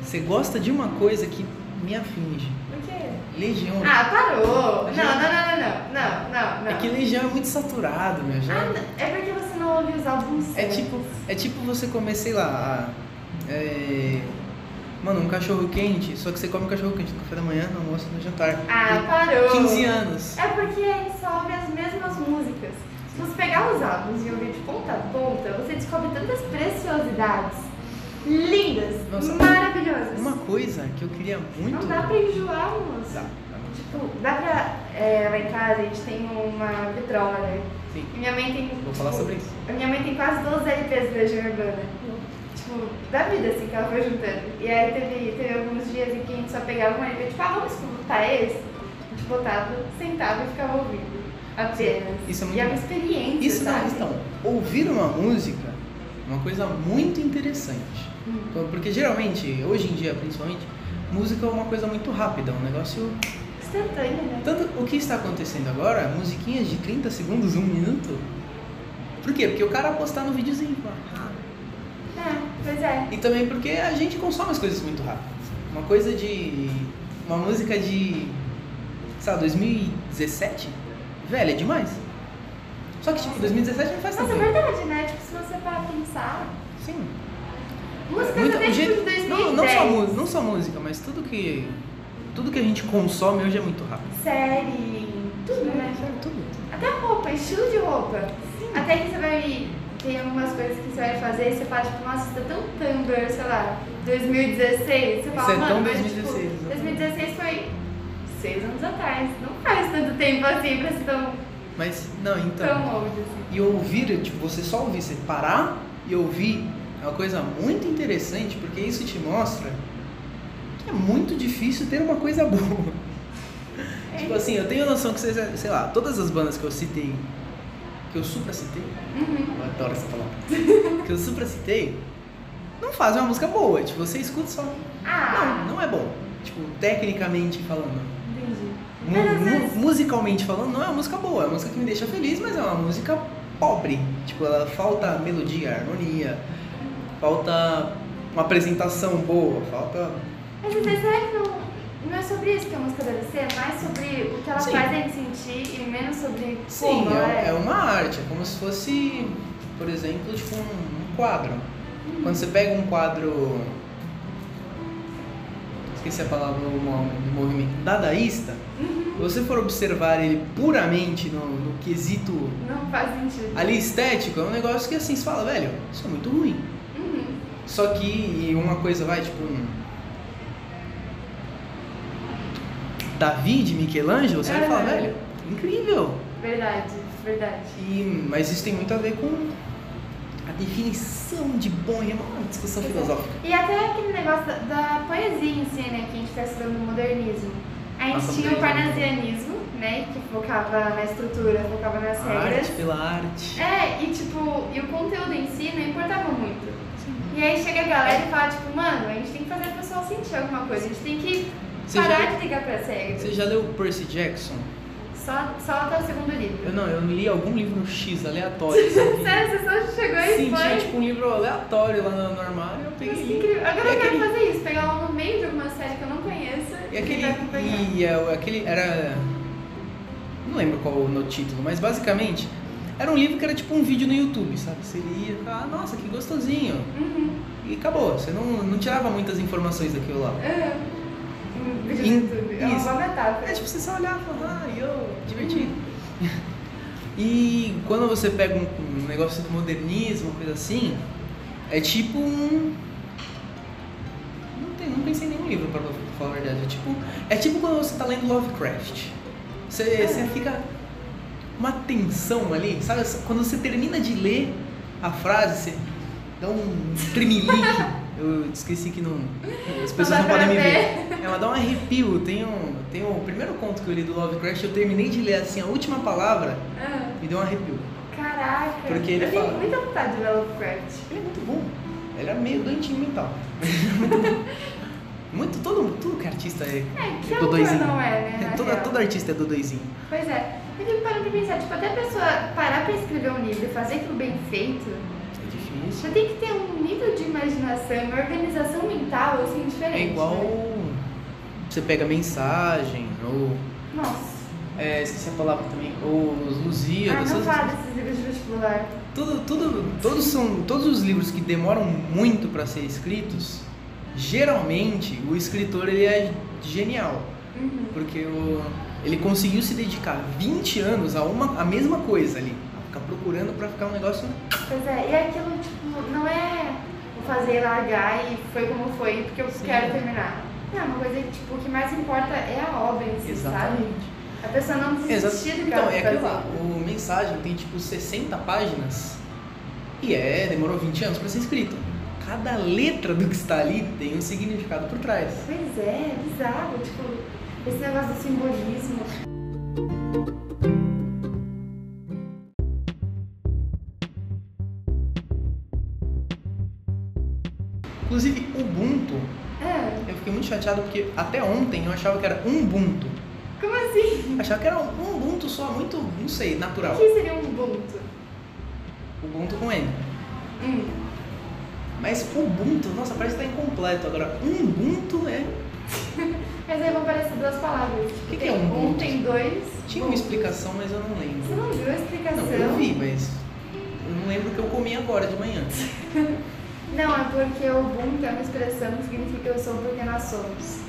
[SPEAKER 2] Você gosta de uma coisa que me afinge.
[SPEAKER 1] Por quê?
[SPEAKER 2] Legião.
[SPEAKER 1] Ah, parou! Não, não, não, não, não, não, não.
[SPEAKER 2] É que Legião é muito saturado, meu. Já...
[SPEAKER 1] Ah, não. é porque você não ouve os álbuns.
[SPEAKER 2] É
[SPEAKER 1] certos.
[SPEAKER 2] tipo, é tipo você comer, sei lá, a- é, mano, um cachorro quente, só que você come um cachorro quente no café da manhã, no almoço, no jantar.
[SPEAKER 1] Ah, parou!
[SPEAKER 2] 15 anos.
[SPEAKER 1] É porque eles só ouvem as mesmas músicas. Se você pegar os álbuns e ouvir de ponta a ponta, você descobre tantas preciosidades lindas,
[SPEAKER 2] Nossa.
[SPEAKER 1] maravilhosas.
[SPEAKER 2] Uma coisa que eu queria muito. tá?
[SPEAKER 1] Não dá pra enjoar, moço.
[SPEAKER 2] Dá.
[SPEAKER 1] Tipo, dá pra. É, lá em casa a gente tem uma vitrola, né?
[SPEAKER 2] Sim.
[SPEAKER 1] E minha mãe tem.
[SPEAKER 2] Vou falar
[SPEAKER 1] tipo,
[SPEAKER 2] sobre isso.
[SPEAKER 1] A minha mãe tem quase 12 LPs da Legião Urbana. Tipo, da vida, assim, que ela foi juntando. E aí teve, teve alguns dias em que a gente só pegava um LP, tipo, ah, vamos escutar esse? A gente botava, sentava e ficava ouvindo. Apenas.
[SPEAKER 2] Isso é muito
[SPEAKER 1] E é uma
[SPEAKER 2] bom.
[SPEAKER 1] experiência,
[SPEAKER 2] Isso não,
[SPEAKER 1] sabe?
[SPEAKER 2] então, ouvir uma música é uma coisa muito interessante.
[SPEAKER 1] Hum.
[SPEAKER 2] Então, Porque geralmente, hoje em dia principalmente, música é uma coisa muito rápida, um negócio.
[SPEAKER 1] Instantânea, né?
[SPEAKER 2] Tanto o que está acontecendo agora, musiquinhas de 30 segundos, um minuto. Por quê? Porque o cara postar no videozinho. Ah,
[SPEAKER 1] É, pois é.
[SPEAKER 2] E também porque a gente consome as coisas muito rápido. Uma coisa de. Uma música de. sei lá, 2017? Velha é demais. Só que, tipo, 2017 não faz
[SPEAKER 1] Mas é
[SPEAKER 2] tanto.
[SPEAKER 1] verdade, né? Tipo, se você parar pra pensar.
[SPEAKER 2] Sim.
[SPEAKER 1] Músicas
[SPEAKER 2] Muita-
[SPEAKER 1] até
[SPEAKER 2] o
[SPEAKER 1] tipo
[SPEAKER 2] jeito-
[SPEAKER 1] de 2010.
[SPEAKER 2] não, não, só, mu- não só música, mas tudo que. Tudo que a gente consome hoje é muito rápido.
[SPEAKER 1] Série, tudo, né?
[SPEAKER 2] Sério, tudo.
[SPEAKER 1] Até roupa, estilo de roupa. Até que você vai. Tem algumas coisas que você vai fazer e você fala, tipo, nossa, isso é tão Tumblr, sei lá, 2016. Você fala,
[SPEAKER 2] Isso é
[SPEAKER 1] mano,
[SPEAKER 2] tão
[SPEAKER 1] mas,
[SPEAKER 2] 2016,
[SPEAKER 1] Tipo,
[SPEAKER 2] exatamente.
[SPEAKER 1] 2016 foi seis anos atrás. Não faz tanto tempo assim pra ser tão,
[SPEAKER 2] Mas, não, então.
[SPEAKER 1] tão old assim.
[SPEAKER 2] E ouvir, tipo, você só ouvir, você parar e ouvir é uma coisa muito interessante, porque isso te mostra que é muito difícil ter uma coisa [laughs] boa.
[SPEAKER 1] É
[SPEAKER 2] Tipo assim, eu tenho noção que, vocês, sei lá, todas as bandas que eu citei, que eu supracitei,
[SPEAKER 1] Uhum.
[SPEAKER 2] eu adoro essa palavra, [laughs] que eu supracitei, não fazem uma música boa. Tipo, você escuta só, não,
[SPEAKER 1] Ah,
[SPEAKER 2] não é bom. Tipo, tecnicamente falando,
[SPEAKER 1] entendi.
[SPEAKER 2] mu-
[SPEAKER 1] Mas às
[SPEAKER 2] mu-
[SPEAKER 1] vezes-
[SPEAKER 2] musicalmente falando, não é uma música boa. É uma música que me deixa feliz, mas é uma música pobre. Tipo, ela falta melodia, harmonia, falta uma apresentação bowa, falta...
[SPEAKER 1] Mas às vezes será que não. Não é sobre isso que a música deve ser, é mais sobre o que ela
[SPEAKER 2] Sim.
[SPEAKER 1] faz a gente sentir e menos sobre
[SPEAKER 2] Sim,
[SPEAKER 1] como ela
[SPEAKER 2] é, é uma arte, é como se fosse, por exemplo, tipo um, um quadro. Quando você pega um quadro esqueci a palavra, o nome do movimento dadaísta,
[SPEAKER 1] Uhum,
[SPEAKER 2] se você for observar ele puramente no, no quesito
[SPEAKER 1] Não faz sentido.
[SPEAKER 2] ali estético, é um negócio que assim, você fala, velho, isso é muito ruim.
[SPEAKER 1] Uhum.
[SPEAKER 2] Só que e uma coisa vai, tipo, um... Davi de Michelangelo, você vai
[SPEAKER 1] É.
[SPEAKER 2] falar, velho, incrível.
[SPEAKER 1] Verdade, verdade.
[SPEAKER 2] E, mas isso tem muito a ver com a definição de bom e é uma discussão
[SPEAKER 1] Exato.
[SPEAKER 2] filosófica.
[SPEAKER 1] E até aquele negócio da, da poesia em si, né, que a gente tá estudando no modernismo. A gente
[SPEAKER 2] Nossa,
[SPEAKER 1] tinha o
[SPEAKER 2] modernismo.
[SPEAKER 1] parnasianismo, né, que focava na estrutura, focava nas
[SPEAKER 2] A
[SPEAKER 1] regras.
[SPEAKER 2] arte pela arte.
[SPEAKER 1] É, e tipo, e o conteúdo em si não importava muito. E aí chega a galera e fala, tipo, mano, a gente tem que fazer o pessoal sentir alguma coisa, a gente tem que
[SPEAKER 2] Você
[SPEAKER 1] parar
[SPEAKER 2] já,
[SPEAKER 1] de ligar pras regras.
[SPEAKER 2] você já leu Percy Jackson?
[SPEAKER 1] Só, só até o segundo livro. [laughs]
[SPEAKER 2] Eu não, eu li algum livro no X aleatório. assim.
[SPEAKER 1] Sério, você só chegou e
[SPEAKER 2] Sim, tinha
[SPEAKER 1] foi.
[SPEAKER 2] tipo um livro aleatório lá no, no armário, eu
[SPEAKER 1] Nossa, que
[SPEAKER 2] peguei.
[SPEAKER 1] incrível. Agora
[SPEAKER 2] E
[SPEAKER 1] eu quero
[SPEAKER 2] aquele-
[SPEAKER 1] fazer isso, pegar lá no meio de alguma série que eu não conheço
[SPEAKER 2] E aquele,
[SPEAKER 1] tentar acompanhar.
[SPEAKER 2] e, é, aquele era. Não lembro qual o título, mas basicamente era um livro que era tipo um vídeo no YouTube, sabe? Você lia, ah, nossa, que gostosinho.
[SPEAKER 1] Uhum.
[SPEAKER 2] E acabou, você não, não tirava muitas informações daquilo lá.
[SPEAKER 1] Uhum. Um É. vídeo
[SPEAKER 2] In-
[SPEAKER 1] no YouTube. É uma
[SPEAKER 2] isso.
[SPEAKER 1] boa metáfora.
[SPEAKER 2] É tipo, você só olhava e falava, ah, eu, divertido. [laughs] E quando você pega um, um negócio do modernismo, uma coisa assim, é tipo um. Não, tem, não pensei em nenhum livro pra falar a verdade. É tipo, é tipo quando você tá lendo Lovecraft. Você,
[SPEAKER 1] É.
[SPEAKER 2] você fica. Uma tensão ali, sabe? Quando você termina de ler a frase, você dá um
[SPEAKER 1] [laughs]
[SPEAKER 2] tremelique. Eu esqueci que não. As pessoas
[SPEAKER 1] dá
[SPEAKER 2] não, podem
[SPEAKER 1] pra
[SPEAKER 2] me ver.
[SPEAKER 1] ver.
[SPEAKER 2] É, mas dá um arrepio. Tem um, tem um- o primeiro conto que eu li do Lovecraft, eu terminei de ler assim a última palavra
[SPEAKER 1] Ah,
[SPEAKER 2] me deu um arrepio.
[SPEAKER 1] caraca.
[SPEAKER 2] Porque ele é
[SPEAKER 1] eu tenho
[SPEAKER 2] fala-
[SPEAKER 1] muita vontade de ver Lovecraft.
[SPEAKER 2] Ele é muito bom. Ele é meio doentinho mental. [laughs] é muito bom. Muito, todo, tudo que é artista é.
[SPEAKER 1] É, que
[SPEAKER 2] Eu
[SPEAKER 1] autor
[SPEAKER 2] dou doisinho.
[SPEAKER 1] não é, né? na
[SPEAKER 2] Todo,
[SPEAKER 1] real?
[SPEAKER 2] todo artista é dodoizinho.
[SPEAKER 1] Pois é. Eu fico parando pra pensar, tipo, até a pessoa parar pra escrever um livro e fazer aquilo bem feito,
[SPEAKER 2] É difícil.
[SPEAKER 1] já tem que ter um nível de imaginação, uma organização mental, assim, diferente.
[SPEAKER 2] É igual.
[SPEAKER 1] né?
[SPEAKER 2] Você pega mensagem, ou.
[SPEAKER 1] Nossa.
[SPEAKER 2] É, esqueci a palavra também. Ou os
[SPEAKER 1] ah,
[SPEAKER 2] Lusíadas.
[SPEAKER 1] não
[SPEAKER 2] essas-
[SPEAKER 1] fala desses livros de vestibular.
[SPEAKER 2] Tudo, tudo, todos, são, todos os livros que demoram muito para ser escritos, geralmente o escritor ele é genial,
[SPEAKER 1] Uhum.
[SPEAKER 2] porque o, ele conseguiu se dedicar 20 anos a, uma, a mesma coisa ali, a ficar procurando para ficar um negócio.
[SPEAKER 1] Pois é, e aquilo, tipo, não é o fazer largar e foi como foi, porque eu
[SPEAKER 2] Sim.
[SPEAKER 1] quero terminar. Não, uma coisa que, tipo, o que mais importa é a obra em si, sabe?
[SPEAKER 2] Exatamente.
[SPEAKER 1] A pessoa não
[SPEAKER 2] Exato.
[SPEAKER 1] desistir do que
[SPEAKER 2] Então,
[SPEAKER 1] ela
[SPEAKER 2] é
[SPEAKER 1] foi
[SPEAKER 2] aquilo lá.
[SPEAKER 1] fazer.
[SPEAKER 2] O mensagem tem tipo 60 páginas e é, demorou 20 anos para ser escrito. Cada letra do que está ali tem um significado por trás.
[SPEAKER 1] Pois é, é bizarro, tipo, esse negócio do simbolismo.
[SPEAKER 2] Inclusive, Ubuntu
[SPEAKER 1] É,
[SPEAKER 2] Eu fiquei muito chateado porque até ontem eu achava que era Ubuntu.
[SPEAKER 1] como assim?
[SPEAKER 2] Achava que era um Ubuntu só muito, não sei,
[SPEAKER 1] O
[SPEAKER 2] natural.
[SPEAKER 1] que seria um bunto?
[SPEAKER 2] Ubuntu com N.
[SPEAKER 1] Hum,
[SPEAKER 2] Mas Ubuntu, nossa, parece que tá incompleto. Agora, Ubuntu é.
[SPEAKER 1] mas aí vão aparecer duas palavras.
[SPEAKER 2] que
[SPEAKER 1] tem
[SPEAKER 2] é um
[SPEAKER 1] um,
[SPEAKER 2] bunto?
[SPEAKER 1] tem dois.
[SPEAKER 2] Tinha uma
[SPEAKER 1] buntos.
[SPEAKER 2] explicação, mas eu não
[SPEAKER 1] Você
[SPEAKER 2] lembro.
[SPEAKER 1] não viu a explicação?
[SPEAKER 2] Não, eu vi, mas. Eu não lembro o que eu comi agora de manhã.
[SPEAKER 1] Não, é porque o Ubuntu é uma expressão que significa eu sou porque nós somos.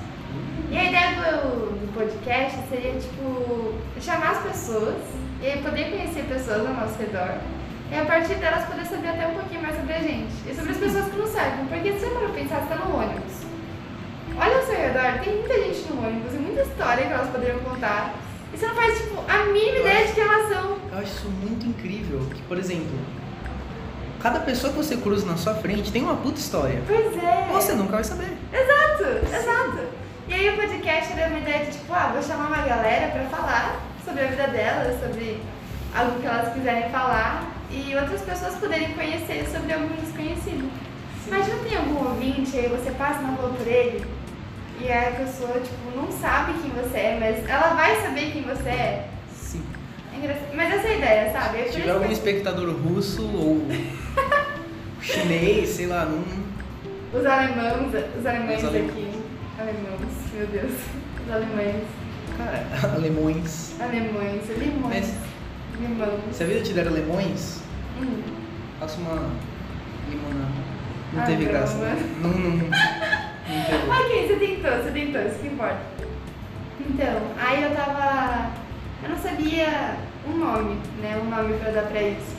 [SPEAKER 1] E a ideia do, do podcast seria, tipo, chamar as pessoas e poder conhecer pessoas ao nosso redor. E a partir delas poder saber até um pouquinho mais sobre a gente. E sobre as pessoas que não sabem. Porque se você for pensar, você tá no ônibus. Olha ao seu redor, tem muita gente no ônibus e muita história que elas poderiam contar. E você não faz, tipo, a mínima ideia de que elas são.
[SPEAKER 2] Eu acho isso muito incrível. Que, por exemplo, cada pessoa que você cruza na sua frente tem uma puta história.
[SPEAKER 1] Pois é.
[SPEAKER 2] Você nunca vai saber.
[SPEAKER 1] Exato, exato. E aí o podcast era uma ideia de tipo, ah, vou chamar uma galera pra falar sobre a vida delas, sobre algo que elas quiserem falar e outras pessoas poderem conhecer sobre algum desconhecido. Mas não tem algum ouvinte aí, você passa na rua por ele e a pessoa, tipo, não sabe quem você é, mas ela vai saber quem você é.
[SPEAKER 2] Sim.
[SPEAKER 1] É engraçado. Mas essa é a ideia, sabe? É por
[SPEAKER 2] Se tiver
[SPEAKER 1] isso que
[SPEAKER 2] algum espectador russo
[SPEAKER 1] [laughs]
[SPEAKER 2] ou chinês, sei lá, não.
[SPEAKER 1] Os alemães, os alemães
[SPEAKER 2] Os alemães.
[SPEAKER 1] aqui. Alemães, meu Deus. Os alemães.
[SPEAKER 2] Cara, [laughs] alemões.
[SPEAKER 1] Alemães, limões. Limões.
[SPEAKER 2] Se a vida te der alemões,
[SPEAKER 1] Hum.
[SPEAKER 2] faça uma limonada. Não
[SPEAKER 1] Ah,
[SPEAKER 2] teve
[SPEAKER 1] não,
[SPEAKER 2] graça. né?
[SPEAKER 1] mano.
[SPEAKER 2] Não, não, não teve.
[SPEAKER 1] [laughs] Ok, você tem tentou, você tentou, isso que importa. Então, aí eu tava. Eu não sabia um nome, né? Um nome pra dar pra isso.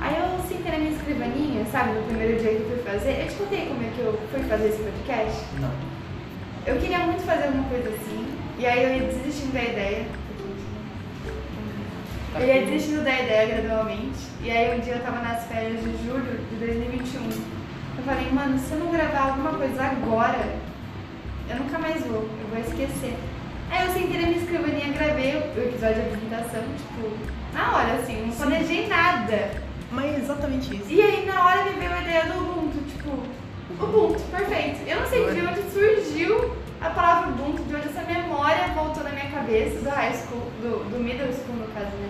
[SPEAKER 1] Aí eu sentei na minha escrivaninha, sabe, no primeiro dia que eu fui fazer. Eu te contei como é que eu fui fazer esse podcast.
[SPEAKER 2] Não.
[SPEAKER 1] Eu queria muito fazer alguma coisa assim, e aí eu ia desistindo da ideia. Eu ia desistindo da ideia gradualmente, e aí um dia eu tava nas férias de julho de 2021. Eu falei, mano, se eu não gravar alguma coisa agora, eu nunca mais vou, eu vou esquecer. Aí eu sentei na minha escrivaninha, gravei o episódio de apresentação, tipo, na hora, assim, não planejei nada.
[SPEAKER 2] Mas é exatamente isso.
[SPEAKER 1] E aí na hora me veio a ideia do Ubuntu, tipo, Ubuntu, perfeito. Eu não sei de onde surgiu a palavra Ubuntu, de onde essa memória voltou na minha cabeça, do high school, do, do middle school no caso, né?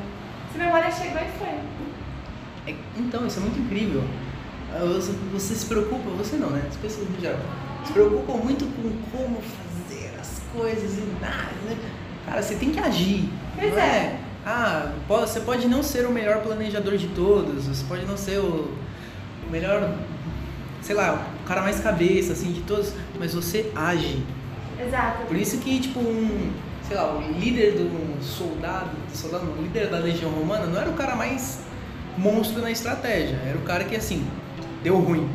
[SPEAKER 1] Essa memória chegou e foi.
[SPEAKER 2] É- então, isso é muito incrível. Ah, Você, você se preocupa, você não, né? As pessoas no geral se preocupam muito com como fazer as coisas e nada. Né? Cara, você tem que agir.
[SPEAKER 1] Pois
[SPEAKER 2] não
[SPEAKER 1] é.
[SPEAKER 2] Ah, po- você pode não ser o melhor planejador de todos, você pode não ser o o melhor, sei lá, o cara mais cabeça assim de todos, mas você age.
[SPEAKER 1] Exato.
[SPEAKER 2] Por isso que, tipo, um, sei lá, o líder do um soldado, soldado não, o líder da legião romana não era o cara mais monstro na estratégia, era o cara que, assim, deu ruim.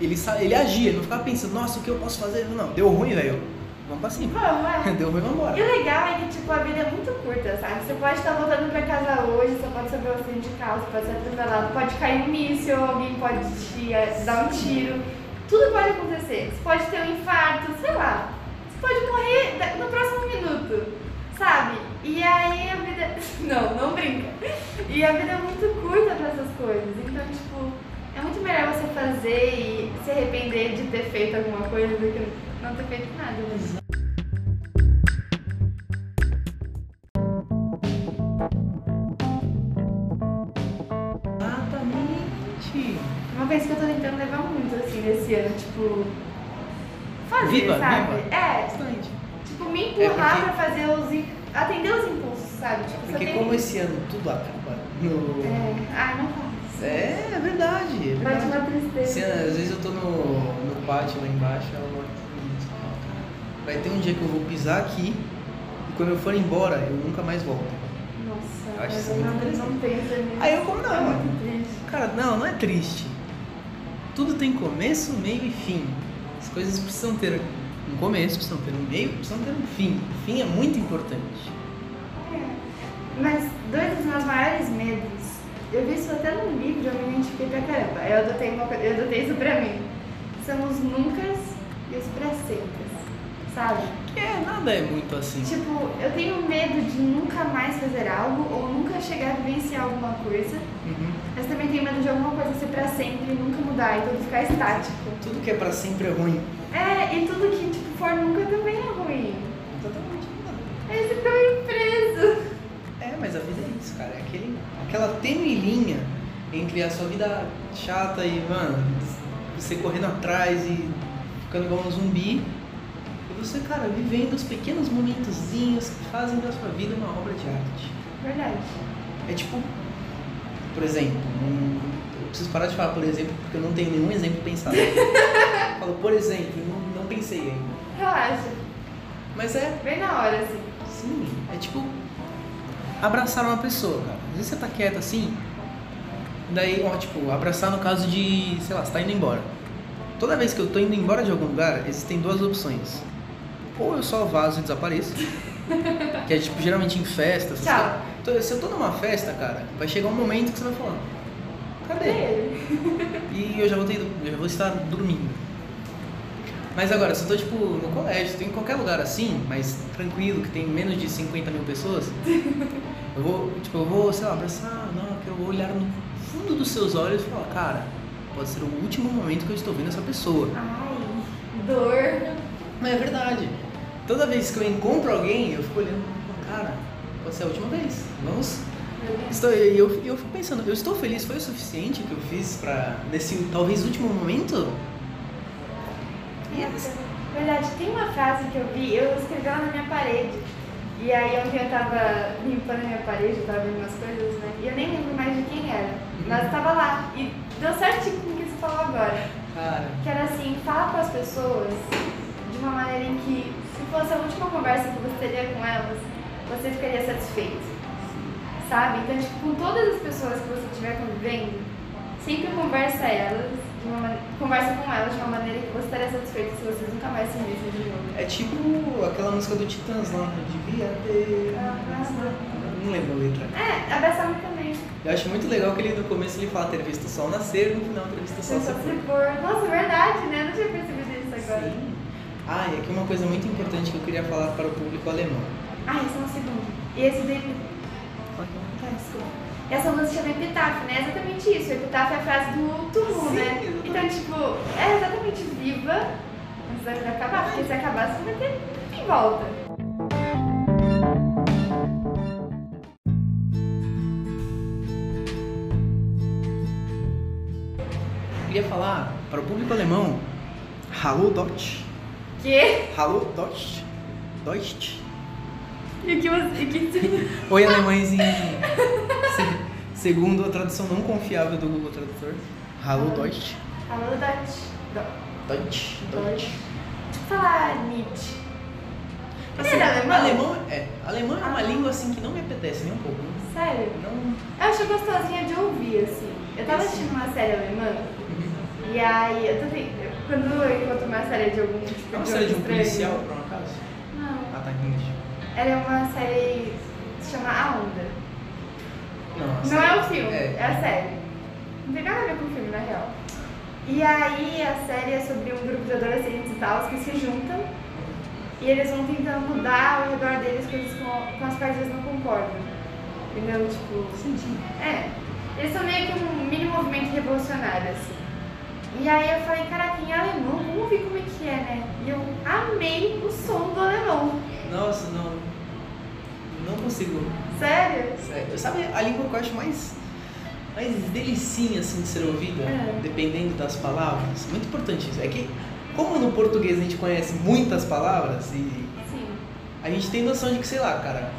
[SPEAKER 2] Ele, sa- ele agia, não ficava pensando, nossa, o que eu posso fazer? Não, deu ruim, velho, vamos pra cima. [laughs]
[SPEAKER 1] Vamos,
[SPEAKER 2] Deu ruim,
[SPEAKER 1] E
[SPEAKER 2] vamos embora.
[SPEAKER 1] o legal é que, tipo, a vida é muito curta, sabe? Você pode estar voltando pra casa hoje, você pode sofrer um acidente de carro, você pode ser atropelado, pode cair um míssil, alguém pode te eh, dar um tiro. Tudo pode acontecer. Você pode ter um infarto, sei lá. Você pode morrer da- no próximo minuto, sabe? E aí a vida... [laughs] Não, não brinca. E a vida é muito curta pra essas coisas. Então, tipo, é muito melhor você fazer e se arrepender de ter feito alguma coisa do que não ter feito nada. né?
[SPEAKER 2] Exatamente.
[SPEAKER 1] Uma coisa que eu tô tentando levar muito, assim, nesse ano, tipo. Fazer,
[SPEAKER 2] Viva,
[SPEAKER 1] sabe?
[SPEAKER 2] viva.
[SPEAKER 1] É,
[SPEAKER 2] Exatamente.
[SPEAKER 1] tipo, me empurrar
[SPEAKER 2] É porque-
[SPEAKER 1] pra fazer os. im- atender os impulsos, sabe? Tipo, você
[SPEAKER 2] Porque
[SPEAKER 1] tem.
[SPEAKER 2] como esse ano tudo acaba no...
[SPEAKER 1] É, ai, não faz.
[SPEAKER 2] É, é verdade, é
[SPEAKER 1] Bate
[SPEAKER 2] verdade.
[SPEAKER 1] uma tristeza.
[SPEAKER 2] Assim, às vezes eu tô no, no pátio lá embaixo, eu olho e falo, "Cara, vai ter um dia que eu vou pisar aqui e quando eu for embora eu nunca mais volto.
[SPEAKER 1] Nossa,
[SPEAKER 2] Eu acho
[SPEAKER 1] mas
[SPEAKER 2] isso
[SPEAKER 1] eu
[SPEAKER 2] muito
[SPEAKER 1] não, não penso nisso.
[SPEAKER 2] Aí eu como não,
[SPEAKER 1] É
[SPEAKER 2] mano.
[SPEAKER 1] muito triste.
[SPEAKER 2] Cara, não, não é triste. Tudo tem começo, meio e fim. As coisas precisam ter um começo, precisam ter um meio, precisam ter um fim. O fim é muito importante.
[SPEAKER 1] É. Mas dois dos meus maiores medos, eu vi isso até num livro, eu me identifiquei pra caramba. Eu adotei, uma, co- eu adotei isso pra mim. São os nunca e os pra sempre, sabe?
[SPEAKER 2] Que é, nada é muito assim.
[SPEAKER 1] Tipo, eu tenho medo de nunca mais fazer algo ou nunca chegar a vivenciar alguma coisa,
[SPEAKER 2] Uhum.
[SPEAKER 1] mas também tenho medo de alguma coisa ser pra sempre e nunca mudar, então ficar estático.
[SPEAKER 2] Tudo que é pra sempre é ruim.
[SPEAKER 1] É, e tudo que tipo, for nunca também é ruim.
[SPEAKER 2] Exatamente.
[SPEAKER 1] Aí você fica meio preso.
[SPEAKER 2] É, mas a vida é isso, cara. É aquele, aquela tênue linha entre a sua vida chata e, mano, você correndo atrás e ficando igual um zumbi. E você, cara, vivendo os pequenos momentozinhos que fazem da sua vida uma obra de arte.
[SPEAKER 1] Verdade.
[SPEAKER 2] É tipo, por exemplo, um- eu preciso parar de falar, por exemplo, porque eu não tenho nenhum exemplo pensado. Eu Falo, por exemplo, eu não, não pensei ainda.
[SPEAKER 1] Relaxa.
[SPEAKER 2] Mas é,
[SPEAKER 1] Bem na hora, assim.
[SPEAKER 2] Sim, é tipo abraçar uma pessoa, cara. Às vezes você tá quieto assim, daí, ó, tipo, abraçar no caso de, sei lá, você tá indo embora. Toda vez que eu tô indo embora de algum lugar, existem duas opções. Ou eu só vazo e desapareço, que é tipo geralmente em festa. essas
[SPEAKER 1] Tchau.
[SPEAKER 2] coisas. Então, se eu tô numa festa, cara, vai chegar um momento que você vai falar, cadê?
[SPEAKER 1] Ele.
[SPEAKER 2] E eu já vou, ter, ido- eu já vou estar dormindo. Mas agora, se eu tô tipo no colégio, tô em qualquer lugar assim, mas tranquilo, que tem menos de 50 mil [laughs] pessoas, eu vou, tipo, eu vou, sei lá, abraçar, não, que eu vou olhar no fundo dos seus olhos e falar, cara, pode ser o último momento que eu estou vendo essa pessoa.
[SPEAKER 1] Ai, dor.
[SPEAKER 2] Mas é verdade. Toda vez que eu encontro alguém, eu fico olhando, e falo, cara, pode ser a última vez. Vamos Estou, e eu, e eu fico pensando, eu estou feliz, foi o suficiente que eu fiz pra nesse talvez último momento? Yes.
[SPEAKER 1] Verdade, tem uma frase que eu vi, eu escrevi ela na minha parede. E aí ontem eu tava limpando a minha parede, eu tava vendo umas coisas, né? E eu nem lembro mais de quem era. Mas tava lá. E deu certinho com o que você falou agora.
[SPEAKER 2] Cara,
[SPEAKER 1] Que era assim, fala pras pessoas de uma maneira em que fosse a última conversa que você teria com elas, você ficaria satisfeito. Sabe? Então, tipo, com todas as pessoas que você estiver convivendo, sempre conversa elas, de uma mane- conversa com elas de uma maneira que você estaria satisfeito se vocês nunca mais se vissem de novo.
[SPEAKER 2] É tipo aquela música do Titãs lá, né? devia ter. Não lembro a letra.
[SPEAKER 1] É, a Bessama também.
[SPEAKER 2] Eu acho muito legal que ele no começo ele fala ter visto o sol nascer, no final ter visto o sol
[SPEAKER 1] Só né?
[SPEAKER 2] se
[SPEAKER 1] se
[SPEAKER 2] pôr.
[SPEAKER 1] for. Nossa, é verdade, né? Não tinha percebido isso agora.
[SPEAKER 2] Sim. Ah, e aqui uma coisa muito importante que eu queria falar para o público alemão.
[SPEAKER 1] Ah, esse é um segundo. E esse dele. Tá, desculpa. E essa música chama Epitáfio, né? É exatamente isso. Epitáfio é a frase do túmulo,
[SPEAKER 2] Sim,
[SPEAKER 1] né?
[SPEAKER 2] exatamente.
[SPEAKER 1] Então, tipo, é exatamente viva antes da vida acabar, porque se acabar, você vai ter não tem volta.
[SPEAKER 2] Eu queria falar para o público alemão, Hallo Deutsch.
[SPEAKER 1] Que?
[SPEAKER 2] Hallo Deutsch. Deutsch.
[SPEAKER 1] E o que você. E o que significa? [laughs]
[SPEAKER 2] Oi, alemãezinho. Se- Segundo a tradução não confiável do Google Tradutor, Hallo Deutsch.
[SPEAKER 1] Alô, Dot. Do-
[SPEAKER 2] Deutsch.
[SPEAKER 1] Deutsch. Deixa eu falar Nietzsche. Ele
[SPEAKER 2] Assim,
[SPEAKER 1] era alemão? Ah.
[SPEAKER 2] é. Alemão é uma língua assim que não me apetece nem um pouco.
[SPEAKER 1] Sério?
[SPEAKER 2] Não.
[SPEAKER 1] Eu achei gostosinha de ouvir, assim. Eu tava assistindo uma série alemã. E aí, eu tô tentando. Quando eu encontro uma série de algum tipo
[SPEAKER 2] É uma
[SPEAKER 1] de
[SPEAKER 2] série de um
[SPEAKER 1] outro
[SPEAKER 2] policial,
[SPEAKER 1] estranho-
[SPEAKER 2] por um acaso?
[SPEAKER 1] Não.
[SPEAKER 2] Ah, tá entendi.
[SPEAKER 1] Ela é uma série que se chama A Onda.
[SPEAKER 2] Não, assim,
[SPEAKER 1] Não é o filme, é,
[SPEAKER 2] É.
[SPEAKER 1] a série. Não tem nada a ver com o filme, na real. E aí a série é sobre um grupo de adolescentes e tal que se juntam e eles vão tentando mudar ao redor deles coisas com, com as quais eles não concordam. Entendeu? Tipo. É. Eles são meio que um mini movimento revolucionário, assim. E aí eu falei, caraca, em alemão, vamos ver como é que é, né? E eu amei o som do alemão.
[SPEAKER 2] Nossa, não. Não consigo.
[SPEAKER 1] Sério?
[SPEAKER 2] É, Sabe a língua que eu acho mais, mais delicinha assim, de ser ouvida?
[SPEAKER 1] É.
[SPEAKER 2] Dependendo das palavras. Muito importante isso. É que, como no português a gente conhece muitas palavras, e
[SPEAKER 1] Sim.
[SPEAKER 2] a gente tem noção de que, sei lá, cara,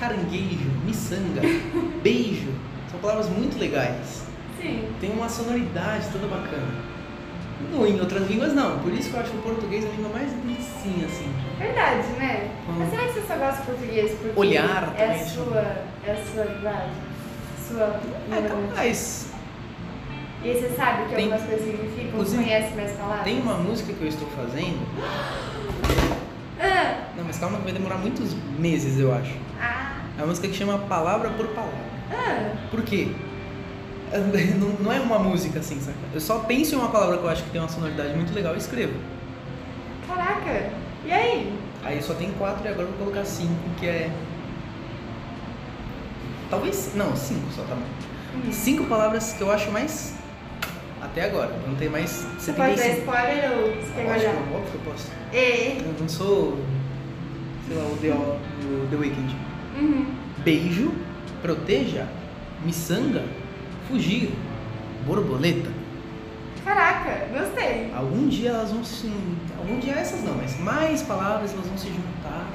[SPEAKER 2] caranguejo, miçanga,
[SPEAKER 1] [laughs]
[SPEAKER 2] beijo, são palavras muito legais.
[SPEAKER 1] Sim.
[SPEAKER 2] Tem uma sonoridade toda bacana. No, em outras línguas, não. Por isso que eu acho o português a língua mais delicinha, assim.
[SPEAKER 1] Verdade, né?
[SPEAKER 2] Hum.
[SPEAKER 1] Mas será que você só gosta de português porque
[SPEAKER 2] Olhar
[SPEAKER 1] é a
[SPEAKER 2] também. né? tipo,
[SPEAKER 1] sua, é a sua linguagem? Sua
[SPEAKER 2] É
[SPEAKER 1] língua. né?
[SPEAKER 2] capaz.
[SPEAKER 1] E aí você sabe o que
[SPEAKER 2] Tem-
[SPEAKER 1] algumas coisas significam,
[SPEAKER 2] Inclusive,
[SPEAKER 1] conhece mais palavras?
[SPEAKER 2] Tem uma música que eu estou fazendo
[SPEAKER 1] Ah,
[SPEAKER 2] Não, mas calma que vai demorar muitos meses, eu acho.
[SPEAKER 1] ah,
[SPEAKER 2] É uma música que chama Palavra por Palavra.
[SPEAKER 1] ah.
[SPEAKER 2] Por quê? [laughs] Não, não é uma música assim, saca? Eu só penso em uma palavra que eu acho que tem uma sonoridade muito legal e escrevo.
[SPEAKER 1] Caraca! E aí?
[SPEAKER 2] Aí só tem quatro e agora eu vou colocar cinco, que é. Talvez. Não, cinco só tá bom.
[SPEAKER 1] Hum.
[SPEAKER 2] Cinco palavras que eu acho mais. Até agora. Não tem mais.
[SPEAKER 1] Você
[SPEAKER 2] Você
[SPEAKER 1] pode dar spoiler ou você quer
[SPEAKER 2] Óbvio,
[SPEAKER 1] guardar?
[SPEAKER 2] óbvio que eu posso.
[SPEAKER 1] E.
[SPEAKER 2] Eu não sou. Sei lá, o The, o The Weeknd.
[SPEAKER 1] Uhum.
[SPEAKER 2] Beijo, proteja, miçanga, fugir, borboleta.
[SPEAKER 1] Caraca, gostei.
[SPEAKER 2] Algum dia elas vão se. Algum dia essas não, mas mais palavras elas vão se juntar,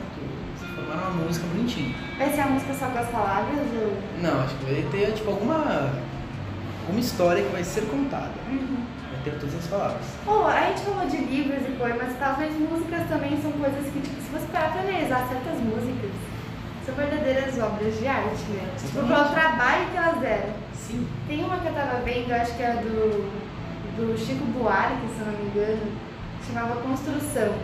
[SPEAKER 2] se formar uma música bonitinha.
[SPEAKER 1] Vai ser a música só com as palavras ou.
[SPEAKER 2] Não, acho que vai ter tipo alguma. alguma história que vai ser contada.
[SPEAKER 1] Uhum.
[SPEAKER 2] Vai ter todas as palavras.
[SPEAKER 1] Pô, a gente falou de livros e poemas e tal, mas músicas também são coisas que, tipo, se você parar pra analisar certas músicas, são verdadeiras obras de arte, né? Tipo, pelo
[SPEAKER 2] Exatamente.
[SPEAKER 1] trabalho que elas deram.
[SPEAKER 2] Sim.
[SPEAKER 1] Tem uma que eu tava vendo, eu acho que era do, do Chico Buarque, se eu não me engano, que chamava Construção.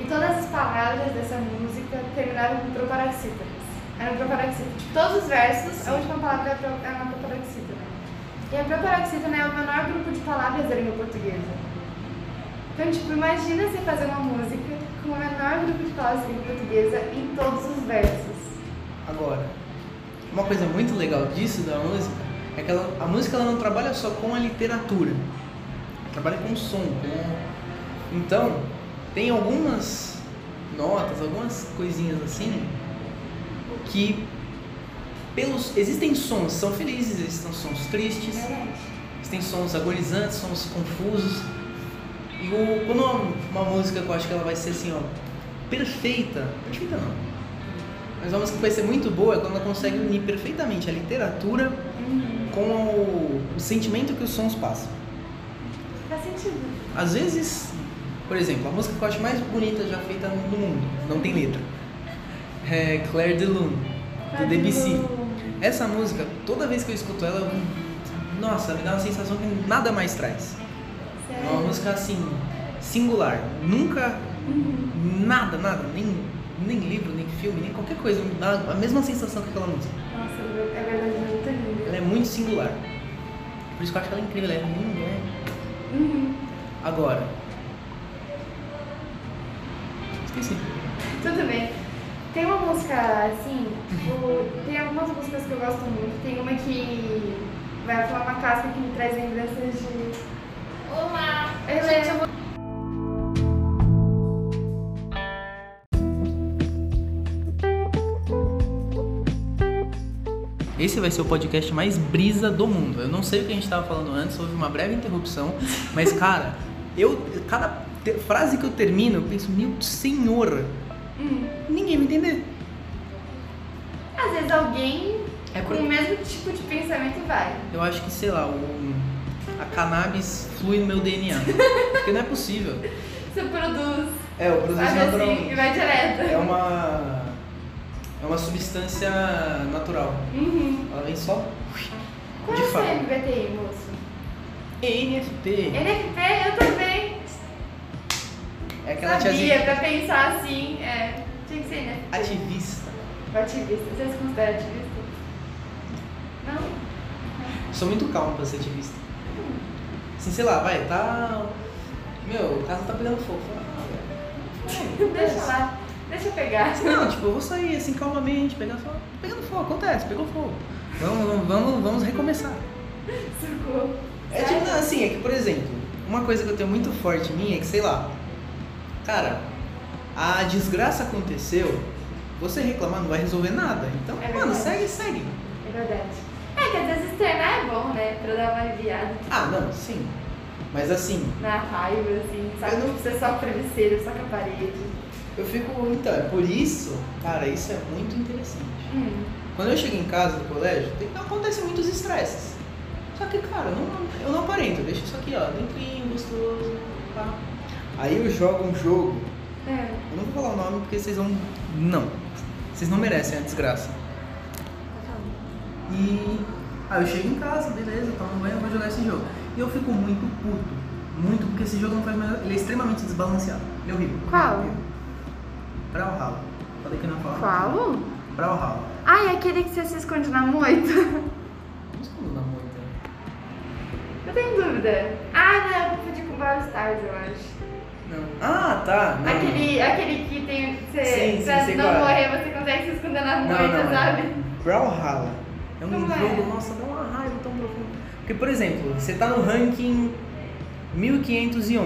[SPEAKER 1] E todas as palavras dessa música terminavam com proparoxítonas. Era um proparoxítona. Tipo, todos os versos, a última palavra era pro- era uma proparoxítona. E a proparoxítona é o menor grupo de palavras da língua portuguesa. Então, tipo, imagina você fazer uma música com o menor grupo de palavras da língua portuguesa em todos os versos.
[SPEAKER 2] Agora, uma coisa muito legal disso da música é que ela- a música ela não trabalha só com a literatura, ela trabalha com o som. né? Então, tem algumas notas, algumas coisinhas assim que pelos existem sons que são felizes, existem sons tristes,
[SPEAKER 1] Verdade.
[SPEAKER 2] existem sons agonizantes, sons confusos. E o, quando uma, uma música que eu acho que ela vai ser assim, ó, perfeita, perfeita não. Mas uma música que vai ser muito boa é quando ela consegue unir perfeitamente a literatura
[SPEAKER 1] Uhum.
[SPEAKER 2] com o, o sentimento que os sons passam.
[SPEAKER 1] Faz sentido.
[SPEAKER 2] Às vezes Por exemplo, a música que eu acho mais bonita já feita no mundo, não tem letra. É Claire de Lune, do Debussy. Essa música, toda vez que eu escuto ela, eu- nossa, me dá uma sensação que nada mais traz. É uma
[SPEAKER 1] Sério.
[SPEAKER 2] música assim, singular. Nunca,
[SPEAKER 1] Uhum.
[SPEAKER 2] nada, nada, nem, nem livro, nem filme, nem qualquer coisa me dá a mesma sensação que aquela música.
[SPEAKER 1] Nossa, é verdade, é muito lindo.
[SPEAKER 2] Ela é muito singular. Por isso que eu acho ela incrível, ela é linda, né?
[SPEAKER 1] Uhum.
[SPEAKER 2] Agora. Esqueci.
[SPEAKER 1] Tudo bem. Tem uma música, assim, tipo, tem algumas músicas que eu gosto muito. Tem uma que vai falar uma casca que me traz lembranças de. É,
[SPEAKER 3] Olá!
[SPEAKER 1] Eu
[SPEAKER 3] Gente,
[SPEAKER 1] lembro.
[SPEAKER 2] Esse vai ser o podcast mais brisa do mundo. Eu não sei o que a gente tava falando antes, houve uma breve interrupção, mas cara, eu cada te- frase que eu termino, eu penso, meu senhor,
[SPEAKER 1] Hum.
[SPEAKER 2] ninguém vai entender.
[SPEAKER 1] Às vezes alguém
[SPEAKER 2] É
[SPEAKER 1] com o mesmo tipo de pensamento vai.
[SPEAKER 2] Eu acho que, sei lá, o- a cannabis flui no meu DNA. Porque não é possível.
[SPEAKER 1] Você produz,
[SPEAKER 2] É, o produto
[SPEAKER 1] sabe
[SPEAKER 2] natural
[SPEAKER 1] assim, e vai direto.
[SPEAKER 2] é uma é uma substância natural.
[SPEAKER 1] Uhum.
[SPEAKER 2] Ela vem só
[SPEAKER 1] Qual
[SPEAKER 2] de
[SPEAKER 1] é o seu
[SPEAKER 2] fato.
[SPEAKER 1] MBTI, moço?
[SPEAKER 2] NFT
[SPEAKER 1] NFP, eu também.
[SPEAKER 2] é aquela
[SPEAKER 1] Sabia,
[SPEAKER 2] tiazinha
[SPEAKER 1] pra pensar assim, é. Tinha que ser, né?
[SPEAKER 2] ativista.
[SPEAKER 1] Ativista. Você se considera ativista? Não?
[SPEAKER 2] Sou muito calmo pra ser ativista. Assim, sei lá, vai, tá. Meu, a casa tá pegando fogo. Ah, velho.
[SPEAKER 1] Deixa lá. Deixa eu pegar.
[SPEAKER 2] Não, tipo, eu vou sair assim calmamente, pegando fogo. Pegando fogo, acontece, pegou fogo. Vamos, vamos, vamos recomeçar.
[SPEAKER 1] Socorro.
[SPEAKER 2] É
[SPEAKER 1] Sério?
[SPEAKER 2] tipo não, assim, é que, por exemplo, uma coisa que eu tenho muito forte em mim é que, sei lá, cara, a desgraça aconteceu, você reclamar não vai resolver nada. Então,
[SPEAKER 1] É
[SPEAKER 2] mano,
[SPEAKER 1] verdade.
[SPEAKER 2] segue, segue.
[SPEAKER 1] É verdade. É que às vezes externar é bom, né? Pra dar uma aliviada
[SPEAKER 2] Ah, não, sim. Mas assim,
[SPEAKER 1] na raiva, assim, sabe?
[SPEAKER 2] Eu não-
[SPEAKER 1] Não precisa só travesseiro, só com a parede.
[SPEAKER 2] eu fico. Então, é por isso, cara, isso é muito interessante.
[SPEAKER 1] Hum.
[SPEAKER 2] Quando eu chego em casa do colégio, tem- acontecem muitos estresses. Só que, cara, eu não, eu não aparento, eu deixo isso aqui, ó, dentrinho, gostoso, pá. Aí eu jogo um jogo
[SPEAKER 1] É.
[SPEAKER 2] Eu não vou falar o nome porque vocês vão. Não. Vocês não merecem a desgraça. E. Ah, eu chego em casa, beleza, tomo banho, eu vou jogar esse jogo. E eu fico muito puto. Muito, porque esse jogo não faz mais. Ele é extremamente desbalanceado. Ele é horrível.
[SPEAKER 1] Qual?
[SPEAKER 2] Brawlhalla. Falei que não ia falar.
[SPEAKER 1] Qual?
[SPEAKER 2] Brawlhalla.
[SPEAKER 1] Ah, é aquele que você se esconde na moita.
[SPEAKER 2] Não escondo na moita.
[SPEAKER 1] Eu tenho dúvida. Ah, não, eu confundi com Brawl Stars, eu acho.
[SPEAKER 2] Não. Ah, tá. Não,
[SPEAKER 1] Aquele, aquele que tem. que Você,
[SPEAKER 2] Sim, sim,
[SPEAKER 1] pra
[SPEAKER 2] sei
[SPEAKER 1] não
[SPEAKER 2] qual é.
[SPEAKER 1] morrer, você consegue se esconder na
[SPEAKER 2] Não,
[SPEAKER 1] moita,
[SPEAKER 2] não, é.
[SPEAKER 1] sabe?
[SPEAKER 2] Brawlhalla. É um
[SPEAKER 1] Como é?
[SPEAKER 2] jogo, nossa, dá uma raiva tão profunda. Porque, por exemplo, você tá no ranking 1511.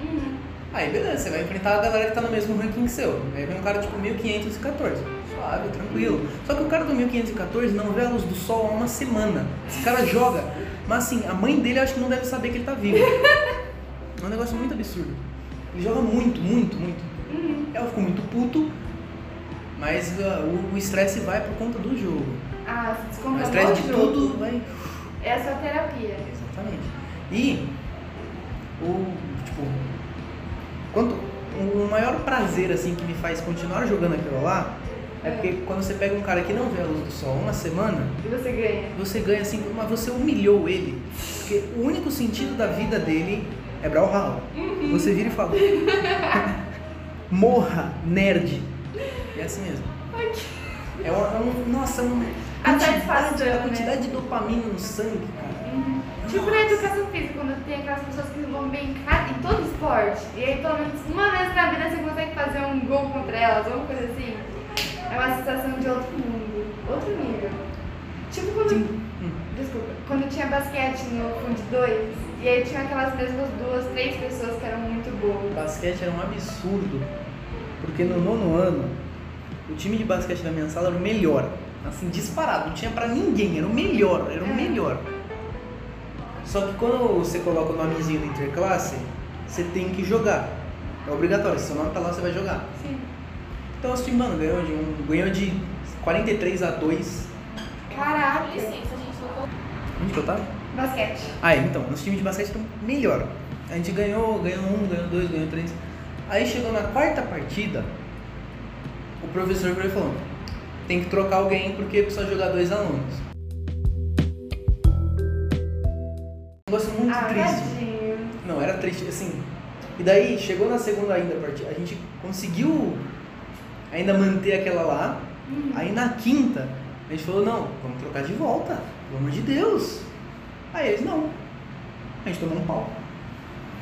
[SPEAKER 1] Uhum.
[SPEAKER 2] Aí beleza, você vai enfrentar a galera que tá no mesmo ranking que seu. Aí vem um cara tipo 1514. Suave, tranquilo. Só que o cara do 1514 não vê a luz do sol há uma semana. Esse [laughs] cara joga. Mas assim, a mãe dele eu acho que não deve saber que ele tá [laughs] vivo. É um negócio muito absurdo. Ele joga muito, muito, muito.
[SPEAKER 1] Uhum.
[SPEAKER 2] Eu fico muito puto, mas ah, o- o estresse vai por conta do jogo.
[SPEAKER 1] Ah, se
[SPEAKER 2] O
[SPEAKER 1] descontrola o
[SPEAKER 2] estresse de
[SPEAKER 1] jogo.
[SPEAKER 2] tudo vai
[SPEAKER 1] É a sua terapia.
[SPEAKER 2] Exatamente. E o tipo, quanto o maior prazer assim que me faz continuar jogando aquilo lá é
[SPEAKER 1] É.
[SPEAKER 2] porque quando você pega um cara que não vê a luz do sol uma semana,
[SPEAKER 1] E você ganha.
[SPEAKER 2] você ganha assim, mas você humilhou ele. Porque o único sentido da vida dele é Brawlhalla. Você vira e fala: [laughs] Morra, nerd. É assim mesmo. É um, é um- nossa, é um,
[SPEAKER 1] A
[SPEAKER 2] quantidade-
[SPEAKER 1] satisfação,
[SPEAKER 2] a
[SPEAKER 1] né?
[SPEAKER 2] quantidade de dopamina no sangue, cara.
[SPEAKER 1] Uhum. Tipo na educação física, quando tem aquelas pessoas que vão bem em cada- em todo esporte, e aí pelo menos uma vez na vida você consegue fazer um gol contra elas, alguma coisa assim, é uma sensação de outro mundo, outro nível. Tipo quando. Desculpa, quando tinha basquete no fundo de dois, e aí tinha aquelas mesmas duas, três pessoas que eram muito
[SPEAKER 2] O
[SPEAKER 1] boas.
[SPEAKER 2] basquete era um absurdo, porque no nono ano, o time de basquete da minha sala era o melhor. Assim, disparado, não tinha pra ninguém, era o melhor, era o
[SPEAKER 1] É.
[SPEAKER 2] melhor. Só que quando você coloca o nomezinho da interclasse, você tem que jogar. É obrigatório, se seu nome tá lá, você vai jogar.
[SPEAKER 1] Sim.
[SPEAKER 2] Então o time, mano, ganhou de, um, ganhou de 43 a 2.
[SPEAKER 1] Caraca.
[SPEAKER 3] Licença, gente, eu vou
[SPEAKER 2] Onde que eu tava?
[SPEAKER 1] Basquete.
[SPEAKER 2] Ah, é, então, nosso time de basquete era o então, melhor. A gente ganhou, ganhou um, ganhou dois, ganhou três. Aí chegou na quarta partida, o professor virou e falou: tem que trocar alguém porque precisa jogar dois alunos. Um negócio muito
[SPEAKER 1] ah,
[SPEAKER 2] triste.
[SPEAKER 1] tadinho.
[SPEAKER 2] Não, era triste, assim. E daí, chegou na segunda ainda partida, a gente conseguiu ainda manter aquela lá.
[SPEAKER 1] Uhum.
[SPEAKER 2] Aí na quinta, a gente falou, não, vamos trocar de volta, pelo amor de Deus. Aí eles, não. A gente tomou um pau.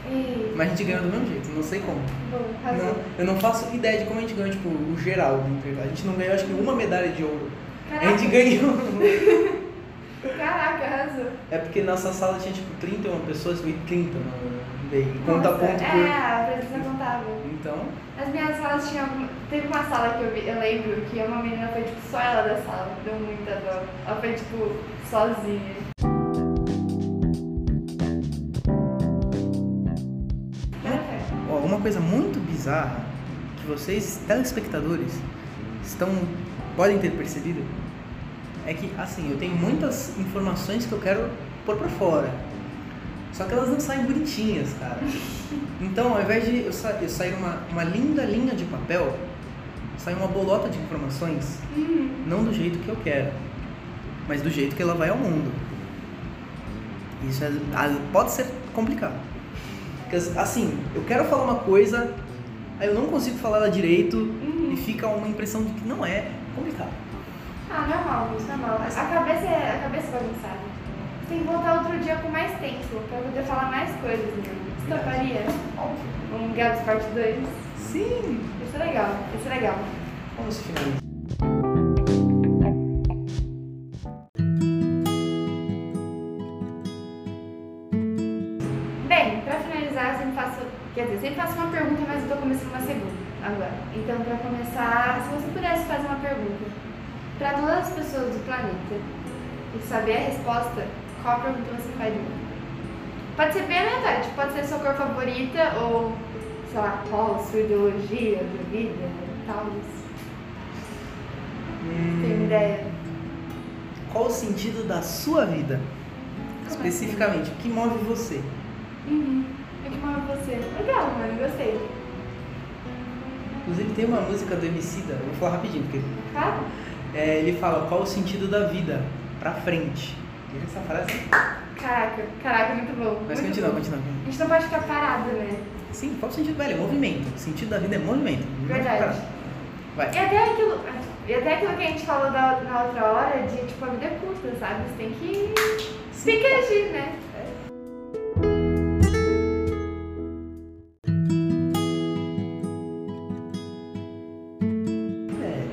[SPEAKER 1] E...
[SPEAKER 2] Mas a gente ganhou do mesmo jeito, não sei como.
[SPEAKER 1] Bom,
[SPEAKER 2] Não,
[SPEAKER 1] razão.
[SPEAKER 2] eu não faço ideia de como a gente ganhou, tipo, o geral do emprego. A gente não ganhou, acho que uma medalha de ouro. A gente
[SPEAKER 1] Caraca,
[SPEAKER 2] ganhou. [laughs]
[SPEAKER 1] caraca, arrasou.
[SPEAKER 2] É porque nossa sala tinha, tipo, 31 pessoas, foi 30 no daí. Conta
[SPEAKER 1] Nossa,
[SPEAKER 2] ponto
[SPEAKER 1] É, a presença contável.
[SPEAKER 2] por... Então...
[SPEAKER 1] As minhas salas tinham. Teve uma sala que eu, vi- eu lembro que uma menina foi tipo só ela da sala, deu muita dó. Ela foi tipo sozinha. Caraca.
[SPEAKER 2] Ó, uma coisa muito bizarra que vocês, telespectadores, estão podem ter percebido é que, assim, eu tenho muitas informações que eu quero pôr pra fora. Só que elas não saem bonitinhas, cara. Então, ao invés de eu, sa eu sair uma, uma linda linha de papel, sai uma bolota de informações,
[SPEAKER 1] Hum,
[SPEAKER 2] não do jeito que eu quero, mas do jeito que ela vai ao mundo. Isso é- ah, pode ser complicado. Porque, assim, eu quero falar uma coisa, aí eu não consigo falar ela direito e
[SPEAKER 1] hum.
[SPEAKER 2] fica uma impressão de que não é complicado.
[SPEAKER 1] Ah, normal, isso é normal. A cabeça é a cabeça bagunçada. Tem que voltar outro dia com mais tempo pra eu poder falar mais coisas. Né? Você toparia? Um Gabs Parte 2?
[SPEAKER 2] Sim!
[SPEAKER 1] Isso é legal, isso é legal.
[SPEAKER 2] Vamos finalizar.
[SPEAKER 1] Bem, pra finalizar, eu sempre faço, quer dizer, sempre faço uma pergunta, mas eu tô começando uma segunda agora. Então, pra começar, se você pudesse fazer uma pergunta pra todas as pessoas do planeta e saber a resposta, qual a pergunta você faria? Pode ser bem aleatório, tipo, pode ser sua cor favorita ou, sei lá, qual a sua ideologia de vida, tal, isso. Tem ideia?
[SPEAKER 2] Hum, Qual o sentido da sua vida?
[SPEAKER 1] é?
[SPEAKER 2] Especificamente, o que move você?
[SPEAKER 1] Uhum. Eu que moro com você. Legal, mano, gostei.
[SPEAKER 2] Inclusive tem uma música do Emicida, eu vou falar rapidinho, porque
[SPEAKER 1] Claro?
[SPEAKER 2] é, ele fala qual o sentido da vida? Pra frente. E essa frase...
[SPEAKER 1] Caraca, caraca, muito bom.
[SPEAKER 2] Mas
[SPEAKER 1] muito
[SPEAKER 2] continua,
[SPEAKER 1] bom.
[SPEAKER 2] continua.
[SPEAKER 1] A gente não pode ficar parado, né?
[SPEAKER 2] Sim, qual o sentido? Velho, é movimento. O sentido da vida é movimento. Não é
[SPEAKER 1] Verdade.
[SPEAKER 2] parar. Vai.
[SPEAKER 1] E até aquilo, e até aquilo que a gente falou da- na outra hora de, tipo, a vida é curta, sabe? Você tem que, você tem que agir, né?
[SPEAKER 2] É,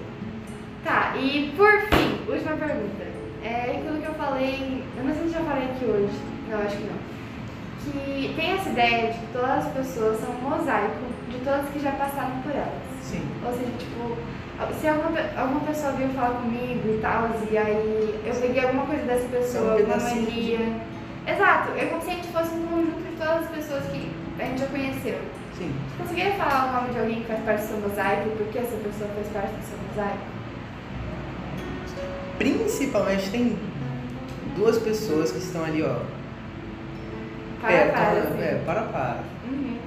[SPEAKER 1] Tá, e por fim, última pergunta. É aquilo que eu falei, eu não sei se eu já falei aqui hoje, eu acho que não. Que tem essa ideia de que todas as pessoas são um mosaico de todas que já passaram por elas.
[SPEAKER 2] Sim.
[SPEAKER 1] Ou seja, tipo, se alguma, pe- alguma pessoa veio falar comigo e tal, e aí eu peguei alguma coisa dessa pessoa,
[SPEAKER 2] um
[SPEAKER 1] alguma
[SPEAKER 2] pedacinho de-
[SPEAKER 1] mania. Exato, é como se a gente fosse um conjunto de todas as pessoas que a gente já conheceu.
[SPEAKER 2] Sim.
[SPEAKER 1] Você conseguiria falar o nome de alguém que faz parte do seu mosaico e por que essa pessoa faz parte do seu mosaico?
[SPEAKER 2] Principalmente tem duas pessoas que estão ali, ó.
[SPEAKER 1] Para,
[SPEAKER 2] é,
[SPEAKER 1] para.
[SPEAKER 2] tão-
[SPEAKER 1] assim.
[SPEAKER 2] é, para, para.
[SPEAKER 1] Uhum.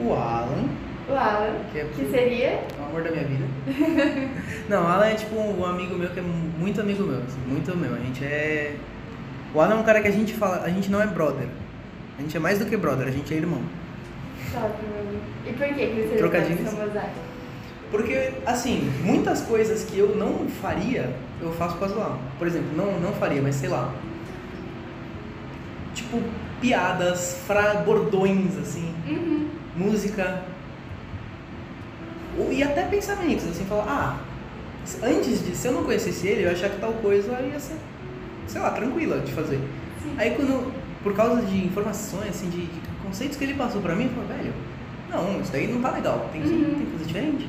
[SPEAKER 2] O Alan,
[SPEAKER 1] O Alan,
[SPEAKER 2] que é
[SPEAKER 1] que seria?
[SPEAKER 2] o amor da minha vida. [laughs] Não, o Alan é tipo um amigo meu que é muito amigo meu. assim, muito meu. A gente é. O Alan é um cara que a gente fala. A gente não é brother. A gente é mais do que brother, a gente é irmão.
[SPEAKER 1] Top, meu amigo. E por que que ele seria
[SPEAKER 2] Trocadilhos.
[SPEAKER 1] parte do seu mosaico?
[SPEAKER 2] Porque, assim, muitas coisas que eu não faria, eu faço por causa do Alan. Por exemplo, não, não faria, mas sei lá. Tipo, piadas, fra bordões, assim,
[SPEAKER 1] Uhum.
[SPEAKER 2] música. Ou- E até pensamentos, assim, falar, ah, antes de, se eu não conhecesse ele, eu ia achar que tal coisa ia ser, sei lá, tranquila de fazer.
[SPEAKER 1] Sim.
[SPEAKER 2] Aí quando, por causa de informações, assim, de, de conceitos que ele passou pra mim, eu falo, velho, não, isso daí não tá legal, tem que,
[SPEAKER 1] Uhum.
[SPEAKER 2] tem que fazer diferente.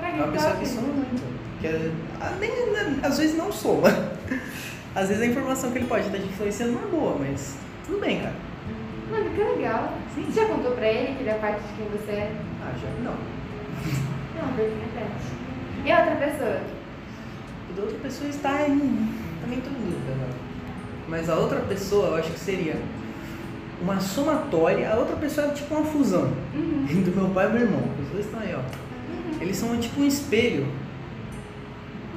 [SPEAKER 1] Caraca,
[SPEAKER 2] É uma pessoa
[SPEAKER 1] top.
[SPEAKER 2] que sonolenta. Que é- ah, nem, né, às vezes não soma. [laughs] Às vezes a informação que ele pode estar te influenciando não é boa, mas tudo bem, cara.
[SPEAKER 1] Mano, que legal. Você já contou pra ele que ele é parte de quem você é?
[SPEAKER 2] Ah, já. Não.
[SPEAKER 1] Não, verdade. E a outra pessoa?
[SPEAKER 2] E da outra pessoa está tá em. Também tô em dúvida, né? Mas a outra pessoa eu acho que seria. uma somatória, a outra pessoa é tipo uma fusão [laughs]
[SPEAKER 1] Uhum.
[SPEAKER 2] do meu pai e meu irmão. Os dois estão aí, ó. Eles são tipo um espelho.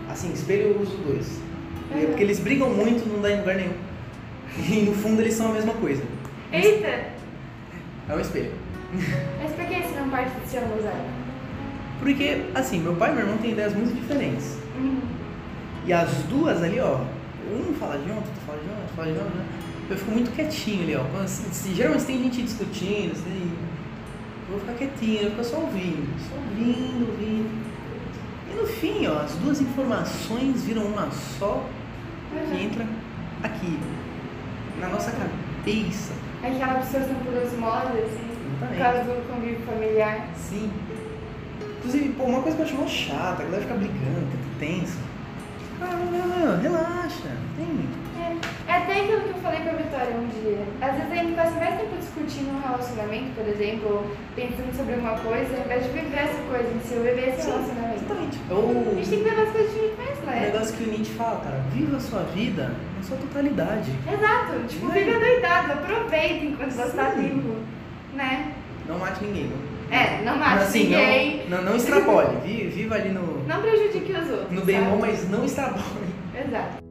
[SPEAKER 2] Assim, espelho eu uso dois. É
[SPEAKER 1] Uhum.
[SPEAKER 2] porque eles brigam muito, não dá em lugar nenhum. [laughs] E no fundo eles são a mesma coisa.
[SPEAKER 1] Eita!
[SPEAKER 2] É um espelho.
[SPEAKER 1] Mas por que esse não parte do seu museu?
[SPEAKER 2] Porque, assim, meu pai e meu irmão têm ideias muito diferentes.
[SPEAKER 1] Uhum.
[SPEAKER 2] E as duas ali, ó, um fala de um, outro fala de um, outro fala de um, né? Eu fico muito quietinho ali, ó. Quando, assim, se- geralmente tem gente discutindo, assim, eu vou ficar quietinho, eu fico só ouvindo, só ouvindo, ouvindo. E no fim, ó, as duas informações viram uma só
[SPEAKER 1] Uhum.
[SPEAKER 2] que entra aqui, na nossa cabeça.
[SPEAKER 1] Aquela absorção por osmose, assim, por
[SPEAKER 2] Exatamente.
[SPEAKER 1] causa do convívio familiar.
[SPEAKER 2] Sim. Inclusive, pô, uma coisa que eu acho mó chata, a galera fica brigando, fica tenso. Ah, não, não, relaxa, tem.
[SPEAKER 1] É até aquilo que eu falei pra Vitória um dia. Às vezes a gente passa mais tempo discutindo um relacionamento, por exemplo, ou pensando sobre alguma coisa, ao invés de viver essa coisa em si, ou viver esse
[SPEAKER 2] Sim,
[SPEAKER 1] relacionamento.
[SPEAKER 2] Exatamente. É
[SPEAKER 1] A gente tem
[SPEAKER 2] o
[SPEAKER 1] que levar as coisas de um jeito mais leve.
[SPEAKER 2] negócio que o Nietzsche fala, cara. Viva a sua vida na sua totalidade.
[SPEAKER 1] Exato, tipo,
[SPEAKER 2] Né?
[SPEAKER 1] vive doidado, aproveita enquanto você tá
[SPEAKER 2] Sim.
[SPEAKER 1] vivo, né?
[SPEAKER 2] Não mate ninguém. Não,
[SPEAKER 1] É, não mate
[SPEAKER 2] assim,
[SPEAKER 1] ninguém,
[SPEAKER 2] Não, não, não extrapole. Vi- Viva ali no,
[SPEAKER 1] não prejudique os outros.
[SPEAKER 2] no bem
[SPEAKER 1] sabe?
[SPEAKER 2] bom, mas não extrapole.
[SPEAKER 1] Exato.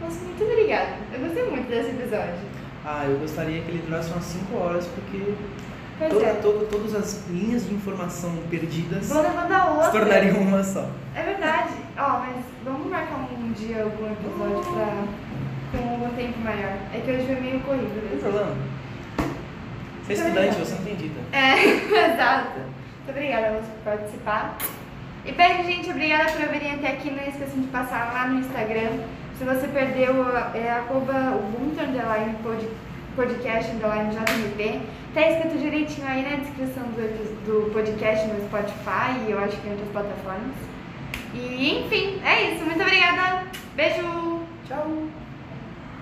[SPEAKER 1] Nossa, muito obrigada. Eu gostei muito desse episódio.
[SPEAKER 2] Ah, eu gostaria que ele durasse umas 5 horas, porque
[SPEAKER 1] Pois
[SPEAKER 2] toda,
[SPEAKER 1] é.
[SPEAKER 2] todo- todas as linhas de informação perdidas
[SPEAKER 1] Vou levando a outra.
[SPEAKER 2] se um- tornariam uma só.
[SPEAKER 1] É verdade. Ó, mas vamos marcar um dia algum episódio pra... com um tempo maior. É que hoje é meio corrido
[SPEAKER 2] Não tem
[SPEAKER 1] mesmo.
[SPEAKER 2] problema. Você é estudante, você não tem dita.
[SPEAKER 1] É, [laughs] exato. Muito obrigada a você por participar. E bem, gente, obrigada por virem até aqui. Não esqueçam de passar lá no Instagram. Se você perdeu, é arroba Ubuntu underline pod- podcast underline JMP. Tá escrito direitinho aí na descrição do, epi- do podcast no Spotify e eu acho que em outras plataformas. E enfim, é isso. Muito obrigada. Beijo!